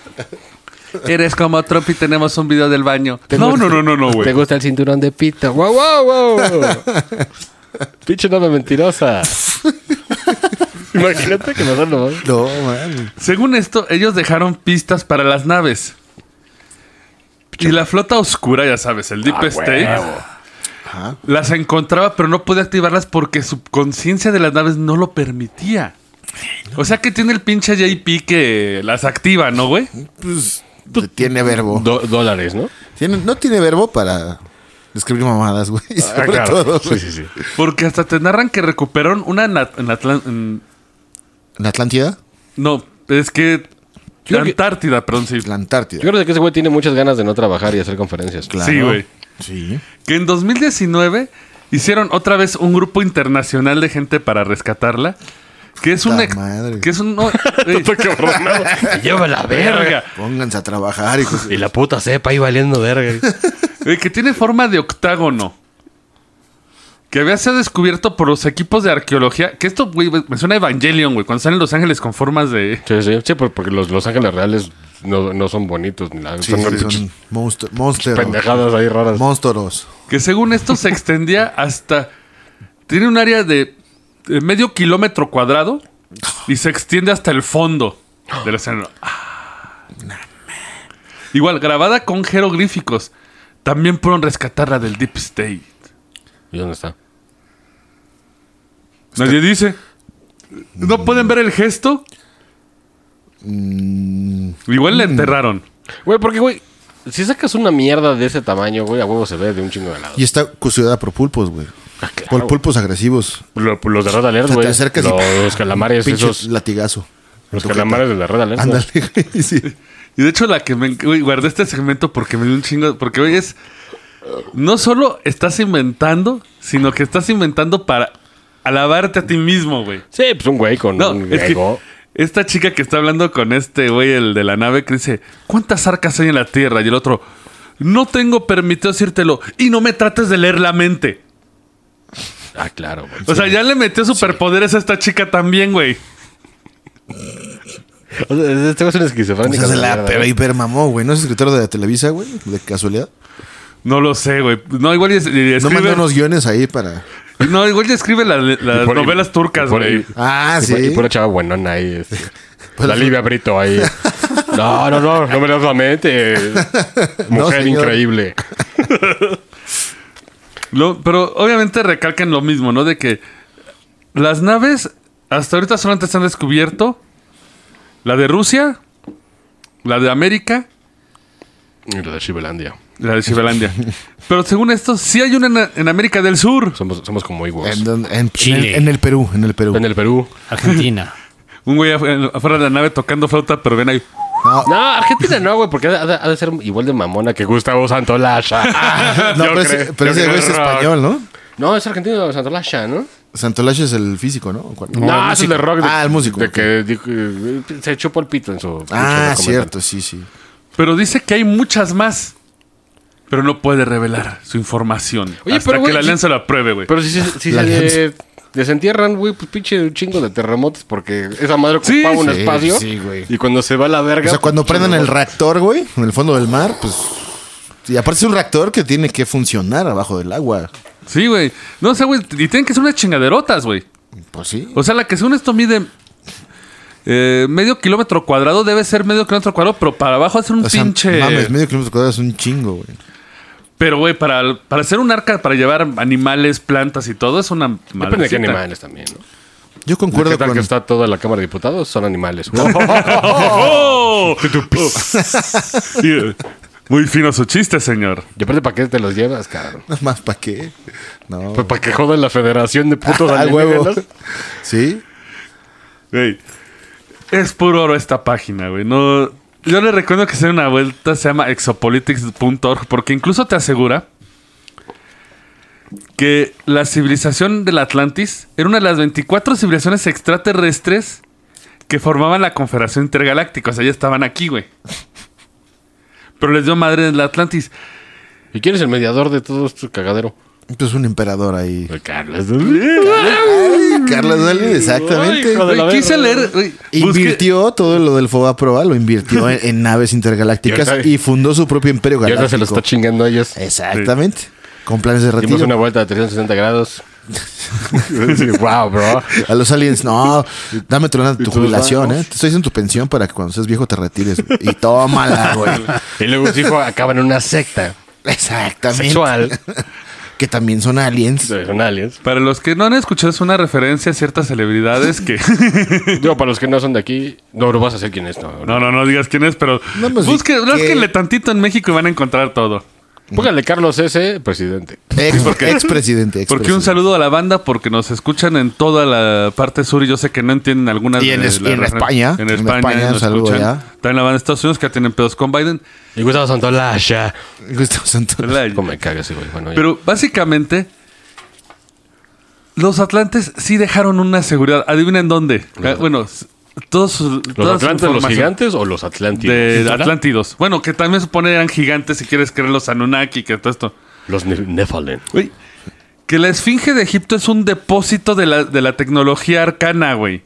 S2: Eres como Trump y tenemos un video del baño. No, no,
S4: este,
S2: no, no, no,
S3: ¿Te
S2: güey.
S3: gusta el cinturón de pito? ¡Wow, wow, wow! Pinche nave mentirosa. Imagínate que nos dan nomás.
S4: No, man.
S2: Según esto, ellos dejaron pistas para las naves. Y la flota oscura, ya sabes, el Deep
S3: Ah,
S2: State.
S3: huevo.
S4: Ajá.
S2: Las encontraba, pero no podía activarlas porque su conciencia de las naves no lo permitía. O sea que tiene el pinche JP que las activa, ¿no, güey?
S4: Pues tiene verbo.
S3: Do- dólares, ¿no?
S4: Tiene- no tiene verbo para escribir mamadas, güey.
S3: Ah,
S4: sobre
S3: claro.
S4: todo,
S3: Sí,
S4: güey.
S3: sí, sí.
S2: Porque hasta te narran que recuperaron una en At- en Atlan- en-
S4: ¿La Atlántida?
S2: No, es que.
S3: Yo creo que-
S2: Antártida, perdón, sí.
S4: pues, La Antártida.
S3: Yo creo que ese güey tiene muchas ganas de no trabajar y hacer conferencias.
S4: Claro.
S2: Sí, güey.
S4: Sí.
S2: Que en 2019 hicieron otra vez un grupo internacional de gente para rescatarla. Que es
S4: Puta
S2: un. ex-
S4: madre.
S2: Que es un. no, ey,
S3: Lleva la verga.
S4: Pónganse a trabajar, hijos.
S3: Y la puta sepa ahí valiendo verga.
S2: ey, que tiene forma de octágono. Que había sido descubierto por los equipos de arqueología. Que esto, güey, me suena a Evangelion, güey. Cuando salen Los Ángeles con formas de.
S3: Sí, sí, sí, por- porque los Los Ángeles Reales no, no son bonitos ni nada.
S4: Sí,
S3: son
S4: sí,
S3: pinches
S4: son monster- monsteros.
S3: pendejadas ahí raras.
S4: Monsteros.
S2: Que según esto se extendía hasta. Tiene un área de, de medio kilómetro cuadrado y se extiende hasta el fondo del océano. Ah. Igual, grabada con jeroglíficos. También pudieron rescatarla del Deep State.
S3: ¿Y dónde está?
S2: Nadie dice. ¿No pueden ver el gesto?
S4: Mm.
S2: Igual la enterraron.
S3: Güey, porque, güey, si sacas una mierda de ese tamaño, güey, a huevo se ve de un chingo de lado. Ah,
S4: Y está custodiada por pulpos, güey. por pulpos agresivos.
S3: Lo- los de Red Alert,
S4: O sea,
S3: güey.
S4: te acercas y-
S3: Los calamares,
S4: Pinche
S3: esos.
S4: latigazo.
S3: Los
S4: Toqueta.
S3: calamares de la Red Alert.
S4: Ándale, güey. Sí.
S2: Y de hecho, la que me. güey, guardé este segmento porque me dio un chingo. Porque hoy es. No solo estás inventando, sino que estás inventando para alabarte a ti mismo, güey.
S3: Sí, pues un güey con
S2: No,
S3: un
S2: es que
S3: ego.
S2: Esta chica que está hablando con este güey, el de la nave, que dice: ¿Cuántas arcas hay en la tierra? Y el otro: No tengo permitido decírtelo. Y no me trates de leer la mente.
S3: Ah, claro, güey.
S2: O sea, ya le metió superpoderes a esta chica también, güey.
S3: O sea, este güey es un
S4: O
S3: esquizofrénico.
S4: sea, se
S3: de
S4: la
S3: mierda,
S4: pero
S3: güey.
S4: hipermamó, güey. ¿No es escritor de Televisa, güey? De casualidad.
S2: No lo sé, güey. No, igual y, es- y
S4: No
S2: escribe,
S4: mandó
S2: no,
S4: unos guiones ahí para.
S2: igual y escribe la- las
S3: Y por- y-
S2: novelas
S3: y
S2: turcas,
S3: por-
S2: güey.
S3: y-
S4: Ah,
S3: y
S4: sí. Pues,
S3: por- Y pura chava buenona ahí. este. La Livia Brito ahí. No, no, no, no me das la mente. Mujer
S4: señor.
S3: increíble.
S2: Lo- pero obviamente recalcan lo mismo, ¿no? De que las naves hasta ahorita solamente se han descubierto la de Rusia, la de América
S3: Y lo de Shibelandia.
S2: y la de Shibelandia. pero según esto, sí hay una en, en América del Sur.
S3: Somos, somos como
S4: En,
S3: iguos.
S4: donde- Pues, en-
S5: Chile.
S4: en el, en el Perú, en el Perú.
S3: En el Perú.
S5: Argentina.
S2: Un güey afu- afuera de la nave tocando flauta, pero ven ahí.
S4: No,
S3: No, Argentina no, güey, porque ha de, ha de ser igual de mamona que Gustavo Santolacha.
S4: no,
S3: Yo
S4: pero, ese,
S3: creo-
S4: pero
S3: yo
S4: ese güey es
S3: creo-
S4: español, ¿no?
S3: No, es argentino Santolacha, ¿no?
S4: Santolache es el físico, ¿no? ¿O cuál?
S3: No, es el de rock. de-
S4: Ah, el músico.
S3: De que dijo- eh, se chupó el pito en su.
S4: Ah,
S3: en su
S4: cierto, sí, sí.
S2: Pero dice que hay muchas más. Pero no puede revelar su información.
S3: Oye,
S2: hasta
S3: pero,
S2: que
S3: güey,
S2: la
S3: sí-
S2: alianza la pruebe, güey.
S3: Pero si, se- si
S4: La
S3: se
S4: alianza.
S3: de- desentierran, güey, pues pinche un chingo de terremotos porque esa madre
S2: Sí,
S3: ocupaba un
S4: sí,
S3: espacio.
S4: sí, güey.
S3: Y cuando se va a la verga.
S4: O sea, cuando
S3: pues,
S4: prendan
S3: chingo,
S4: el
S3: ¿no?
S4: reactor, güey, en el fondo del mar, pues. Y aparte es un reactor que tiene que funcionar abajo del agua.
S2: Sí, güey. No sé, güey. Y tienen que ser unas chingaderotas, güey.
S4: Pues sí.
S2: O sea, la que según esto mide eh, medio kilómetro cuadrado, debe ser medio kilómetro cuadrado, pero para abajo hacer un
S4: O sea,
S2: pinche.
S4: Mames, medio kilómetro cuadrado es un chingo, güey.
S2: Pero, güey, para, para hacer un arca, para llevar animales, plantas y todo, es una
S3: Depende de qué
S2: madrecita.
S3: animales también, ¿no?
S4: Yo
S3: ¿Qué
S4: concuerdo
S3: tal
S4: con.
S3: que está toda la Cámara de Diputados? Son animales. güey.
S2: ¡Oh! Sí, Muy fino su chiste, señor.
S3: y aparte, ¿para qué te los llevas, cabrón?
S4: Nada más, ¿para qué? No.
S3: Pues para que jodan la federación de putos
S4: Ah, huevo.
S3: alienígenas.
S4: Sí.
S2: Güey, es puro oro esta página, güey. No, yo le recuerdo que se den una vuelta, se llama exopolitics.org, porque incluso te asegura que la civilización del Atlantis era una de las 24 civilizaciones extraterrestres que formaban la Confederación Intergaláctica. O sea, ya estaban aquí, güey. Pero les dio madre el Atlantis.
S3: ¿Y quién es el mediador de todo este cagadero?
S4: Pues un emperador ahí.
S3: El Carlos. Ay,
S4: Ay, Carlos Dalí, exactamente.
S3: hijo de la
S2: Güey, quise
S3: verga.
S2: leer. güey, busqué-
S4: Invirtió todo lo del Fobaproa, lo invirtió en, en naves
S3: Y
S4: intergalácticas
S3: ahorita-
S4: y fundó su propio imperio
S3: Y ahora se lo
S4: galáctico. Eh,
S3: está chingando a ellos.
S4: Exactamente. Con planes de
S3: Dimos
S4: retiro.
S3: una vuelta de 360 grados. Sí, wow, bro.
S4: A los aliens, no, dame tu, lana de tu
S3: todos "Ah,
S4: jubilación,
S3: vamos.
S4: ¿eh? Te estoy haciendo tu pensión para que cuando seas viejo te retires. güey. Y tómala, güey.
S3: Y luego su hijo acaba en una secta
S4: Exactamente.
S3: sexual.
S4: Que también son aliens.
S3: Son aliens.
S2: Para los que no han escuchado, es una referencia a ciertas celebridades que.
S3: Yo, para los que no son de aquí, no, no vas a ser quién es. No, no.
S2: No, no, no digas quién es, pero
S4: No, pues,
S2: busque,
S4: ¿qué?
S2: búsquenle tantito en México y van a encontrar todo.
S3: Póngale Carlos S., presidente.
S4: Ex, expresidente. ex
S2: Porque un saludo a la banda, porque nos escuchan en toda la parte sur y yo sé que no entienden algunas
S4: Y en
S2: de
S4: es-
S2: las
S4: y en
S2: refer-
S4: España.
S2: En
S4: En
S2: España,
S4: España,
S2: nos
S4: un saludo
S2: escuchan.
S4: allá.
S2: También la banda de Estados Unidos que ya tienen pedos con Biden.
S3: Y Gustavo Santolaya.
S4: Gustavo Santos.
S2: ¿verdad?
S3: ¿Cómo me cagas, güey? Bueno, ya.
S2: Pero básicamente, los Atlantes sí dejaron una seguridad. Adivinen dónde. Ah, Bueno, s- todos sus-
S3: ¿Los
S2: toda su
S3: Atlantes, los
S2: información
S3: gigantes o los Atlánticos?
S2: De Atlántidos. Bueno, que también supone eran gigantes si quieres creer los Anunnaki, que todo esto.
S3: Los ne- Nephilim.
S2: Güey, que la Esfinge de Egipto es un depósito de la, de la tecnología arcana, güey.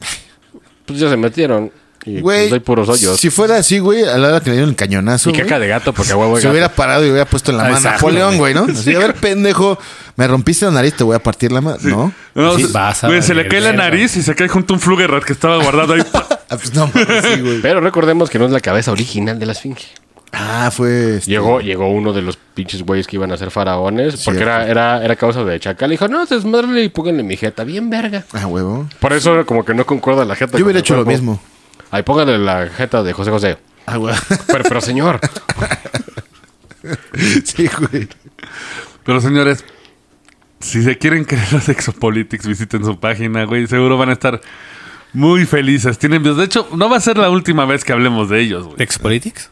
S3: Pues ya se metieron. Y
S4: Güey,
S3: pues, hay puros hoyos.
S4: si fuera así, güey, a la hora que le dieron el cañonazo.
S3: y
S4: güey,
S3: caca de gato, porque a huevo de
S4: se
S3: gato.
S4: hubiera parado y hubiera puesto en la
S5: Ah,
S4: mano a
S5: exacto,
S4: Napoleón, güey, ¿no? Así, a ver, pendejo, me rompiste la nariz, te voy a partir la mano, ¿no?
S2: No,
S5: Sí,
S2: se,
S5: vas a
S2: güey, se le
S5: valer
S2: cae la
S5: verga.
S2: nariz y se cae junto a un Flugerrat que estaba guardado ahí.
S4: Ah, pues no, mames, sí, güey.
S3: Pero recordemos que no es la cabeza original de la esfinge.
S4: Ah, fue. este,
S3: Llegó, llegó uno de los pinches güeyes que iban a ser faraones, porque era, era, era causa de chacal. Y dijo, no, desmadrele y pónganle mi jeta, bien verga.
S4: Ah, huevo.
S3: Por eso como que no concuerda la jeta.
S4: Yo
S3: con
S4: hubiera
S3: el
S4: hecho lo
S3: cuerpo.
S4: mismo.
S3: Ahí póngale la jeta de José José.
S4: Ah, huevo.
S3: Pero, pero señor,
S4: sí, güey.
S2: Pero señores, si se quieren creer los Exopolitics, visiten su página, güey. Seguro van a estar muy felices. Tienen videos. De hecho, no va a ser la última vez que hablemos de ellos, güey.
S5: ¿Expolitics?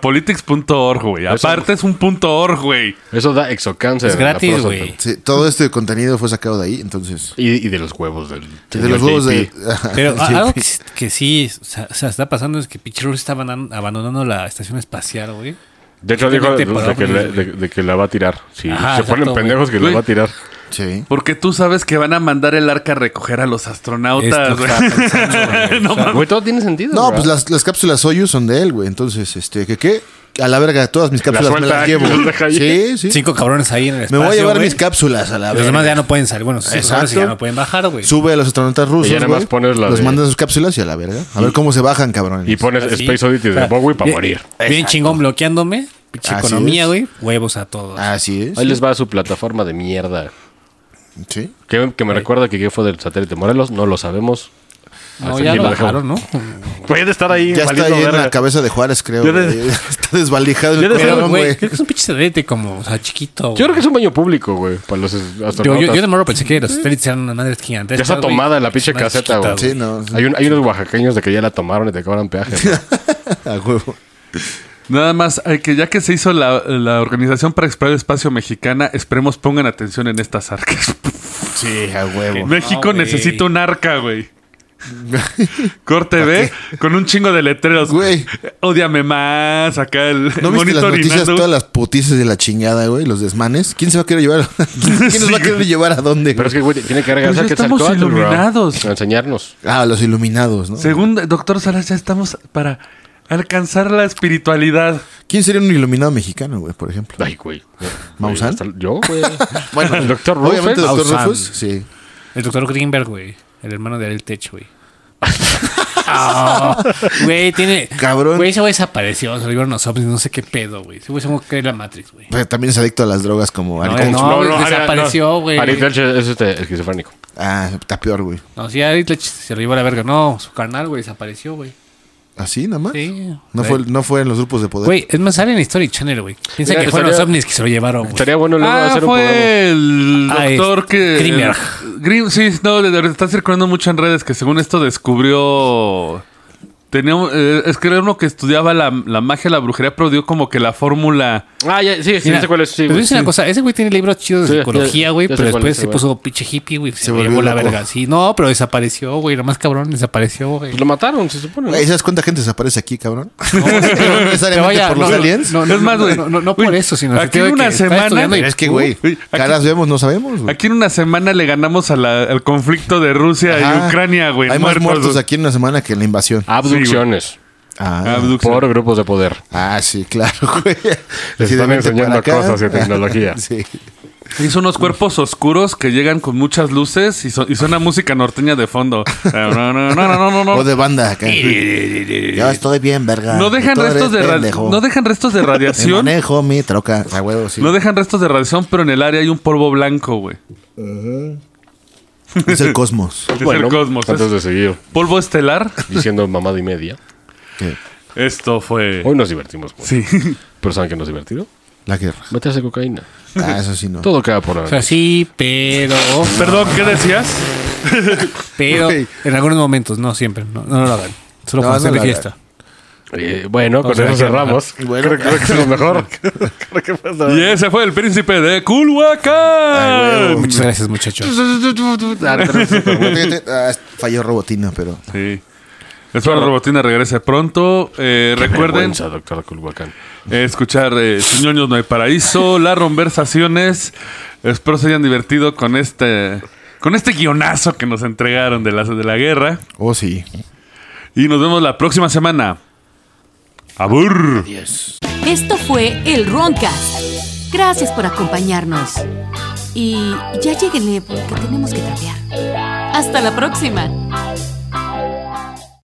S2: Exopolitics.org, güey. Aparte es un punto org, güey.
S3: eso da exocáncer.
S5: Es
S3: en la
S5: gratis,
S3: próstata.
S5: güey.
S4: Sí, todo este contenido fue sacado de ahí, entonces.
S3: Y, y de los huevos del...
S4: De los huevos de.
S5: Pero a-
S4: Sí, pues.
S5: algo
S4: güey.
S5: que, s- que sí o sea, o sea, está pasando es que pinche Rusia está abanan- abandonando la estación espacial, güey.
S3: De hecho dijo de,
S5: Justamente por
S3: que le-
S5: ovnis, güey.
S3: de- de que la va a tirar. Si
S5: Ajá,
S3: se ponen
S5: exacto,
S3: pendejos que
S2: Güey.
S3: la va a tirar.
S4: Sí.
S2: Porque tú sabes que van a mandar el arca a recoger a los astronautas,
S5: Esto
S2: güey.
S5: está pensando, güey.
S2: No mames.
S3: Güey, todo tiene sentido.
S4: No,
S3: ¿verdad?
S4: pues las, las cápsulas Soyuz son de él, güey. Entonces, este, ¿qué qué? A la verga, todas mis cápsulas me
S3: suelta,
S4: las llevo.
S3: las deja ahí.
S4: Sí, sí.
S5: Cinco cabrones ahí en el
S4: me
S5: espacio.
S4: voy a llevar
S5: güey.
S4: mis cápsulas a la
S5: Los
S4: verga.
S5: demás ya no pueden salir. Bueno, sí, los
S4: Exacto.
S5: demás ya no pueden bajar, güey.
S4: Sube a los astronautas rusos,
S3: Y ya nada más
S4: güey,
S3: pones la
S4: los
S3: de-
S4: mandan sus cápsulas y a la verga. A ver cómo se bajan, cabrón.
S3: Y pones
S5: Así.
S3: Space Oddity
S5: O sea,
S3: de Bowie para
S5: bien-
S3: morir.
S5: Bien chingón bloqueándome. Pinche
S4: Así
S5: economía,
S4: es. Ah,
S5: güey. Huevos a todos.
S4: Así es.
S3: Ahí les va su plataforma de mierda.
S4: Sí.
S3: Que, que me recuerda que qué fue del satélite Morelos, no lo sabemos.
S5: no,
S3: así
S5: ya
S3: me
S5: lo
S3: lo dejaron.
S5: bajaron, ¿no?
S3: Puede estar ahí.
S4: Ya está
S3: valiendo
S4: ahí en
S3: verga.
S4: la cabeza de Juárez, creo.
S3: Ya des-
S4: güey. Está desvalijado el
S3: Ya des-
S5: Pero,
S4: cabrón,
S5: güey,
S4: güey.
S5: creo que es un pinche satélite como, o sea, chiquito.
S3: Yo creo
S5: güey.
S3: que es un baño público, güey, para los astronautas.
S5: Digo, yo, yo, de morro pensé que los satélites eran una madre gigantesca.
S3: Ya está
S5: güey.
S3: tomada la pinche
S5: Una
S3: caseta,
S5: chiquita,
S3: güey.
S4: Sí, no.
S3: hay, un- hay unos oaxaqueños de que ya la tomaron y te cobran peaje. güey.
S4: A huevo.
S2: Nada más, hay que ya que se hizo la, la Organización para Explorar el Espacio Mexicana, esperemos pongan atención en estas arcas.
S4: Sí, a huevo.
S2: México
S5: güey.
S2: necesita un arca, güey. Corte B con un chingo de letreros.
S4: Güey.
S2: Ódiame más. Acá el
S4: ¿No viste las
S2: monito
S4: noticias,
S2: orinando.
S4: todas las putizas de la chingada, güey? Los desmanes. ¿Quién se va a querer llevar? ¿Quién nos va a querer llevar a dónde?
S3: Pero es que, güey, tiene que
S2: Pero
S5: Pues
S3: regresar
S2: ya
S3: que
S2: estamos iluminados.
S3: A enseñarnos.
S4: Ah, los iluminados, ¿no?
S2: Según doctor Salas, ya estamos para alcanzar la espiritualidad.
S4: ¿Quién sería un iluminado mexicano, güey, por ejemplo?
S3: Ay, güey. Güey,
S4: ¿Maussan?
S3: hasta- Yo, güey.
S4: Bueno,
S3: el doctor Rufus.
S4: Obviamente, doctor
S5: Ausán.
S4: Rufus. Sí.
S5: El doctor Greenberg, güey. El hermano de Ariel Tech, güey. Ah, Güey, tiene.
S4: Cabrón.
S5: Güey, ese güey desapareció. Se lo llevaron los ovnis, no sé qué pedo, güey. Ese güey se murió que es la Matrix, güey.
S4: Pero también es adicto a las drogas como Ari Telch.
S5: no, güey, desapareció, güey.
S3: Ariel Telch es este, esquizofrénico.
S5: eh.
S4: Ah, está peor, güey.
S5: No, sí, Ariel Tech se lo llevó a la verga. No, su canal, güey, desapareció, güey.
S4: ¿Así nada más?
S5: Sí.
S4: No fue, no fue en los grupos de poder.
S5: Güey, es más, sale en History Channel, güey. Piensa
S3: Mira,
S5: que fueron
S3: estaría-
S5: los ovnis que se lo llevaron, güey.
S3: Estaría bueno luego
S2: Ah,
S3: hacer un programa.
S2: fue el
S5: Ah, es-
S2: doctor que.
S5: Grimberg.
S2: Grim, sí, no, de- de- está circulando mucho en redes que según esto descubrió. Tenía, un- eh, es que era uno que estudiaba la, la magia, la brujería, pero dio como que la fórmula.
S3: Ah, ya, sí, sí,
S5: Mira,
S3: sé cuál es. Sí,
S5: pero
S3: güey,
S5: es una
S3: sí.
S5: cosa, ese güey tiene libros chidos
S3: Sí,
S5: de
S3: ya-
S5: psicología, güey,
S3: ya sé
S5: pero
S3: cuál
S5: después
S3: es,
S5: se
S3: güey.
S5: puso pinche hippie, güey, se,
S4: Se
S5: lo
S4: volvió
S5: llevó la
S4: loco.
S5: verga. Sí, no, pero desapareció, güey, lo más cabrón, desapareció, güey.
S3: Pues lo mataron, se supone. ¿no?
S4: Güey, ¿Sabes cuánta gente desaparece aquí, cabrón? No, necesariamente por los
S5: no,
S4: aliens.
S5: No, no,
S2: Es más,
S5: no,
S2: güey,
S5: no, no, no
S2: güey,
S5: por eso, sino
S2: aquí en una semana-
S4: Pero es que, güey,
S2: Uy, aquí-
S4: caras vemos, no sabemos, güey.
S2: Aquí en una semana le ganamos a la- al conflicto de Rusia
S4: Ajá.
S2: y Ucrania, güey.
S4: Hay más muertos
S2: güey.
S4: aquí en una semana que en la invasión.
S3: Abducciones
S4: Ah,
S2: Abducción.
S3: por grupos de poder.
S4: ah, sí, claro,
S3: Les
S4: güey. Sí, de
S3: están
S4: vente para
S3: enseñando
S4: acá.
S3: cosas de tecnología.
S4: Sí.
S2: Hizo unos cuerpos oscuros que llegan con muchas luces y, su- y suena música norteña de fondo. No, no, no, no, no, no.
S4: O de banda acá. Yo estoy bien, verga.
S2: No dejan
S4: Tú eres
S2: restos de ra-
S4: pendejo.
S2: no dejan restos de
S4: Me
S2: radiación.
S4: manejo mi troca. A huevo, sí.
S2: No dejan restos de radiación, pero en el área hay un polvo blanco, güey.
S4: Es el cosmos.
S2: Es el cosmos. es
S3: Antes de seguir
S2: polvo estelar.
S3: diciendo mamada y media,
S4: Sí.
S2: Esto fue.
S3: hoy nos divertimos mucho.
S2: Sí.
S3: Pero ¿saben qué nos divertido?
S4: La guerra.
S3: Vete a hacer cocaína.
S4: Ah, eso sí no.
S3: Todo queda por
S5: O
S3: ahora.
S5: sea, sí, pero.
S2: Perdón, ¿qué decías?
S5: Pero
S4: Güey.
S5: en algunos momentos, no siempre. No, no lo hagan. Solo
S4: No,
S5: cuando
S4: no
S5: estén de
S4: lo hagan.
S5: fiesta.
S3: Eh, bueno, con
S5: sea,
S3: eso
S5: que-
S3: cerramos.
S4: Bueno.
S3: creo, creo que es lo mejor. creo que fue lo-
S2: Y ese fue el príncipe de
S4: Ay,
S2: Culhuacán.
S4: huevo.
S5: Muchas
S2: Pues
S5: gracias, muchachos.
S4: Ah, falló Robotina, pero.
S2: Sí. Espero la robotina regrese pronto. Eh, recuerden
S3: Vergüenza, doctor Culhuacán.
S2: eh, escuchar eh, Sin ñoños no hay paraíso, las conversaciones. Espero se hayan divertido con este con este guionazo que nos entregaron de la, de la guerra.
S4: Oh, sí.
S2: Y nos vemos la próxima semana. ¡Abur!
S1: Esto fue el Roncast. Gracias por acompañarnos. eh, Y ya lleguenle porque tenemos que cambiar. Hasta la próxima.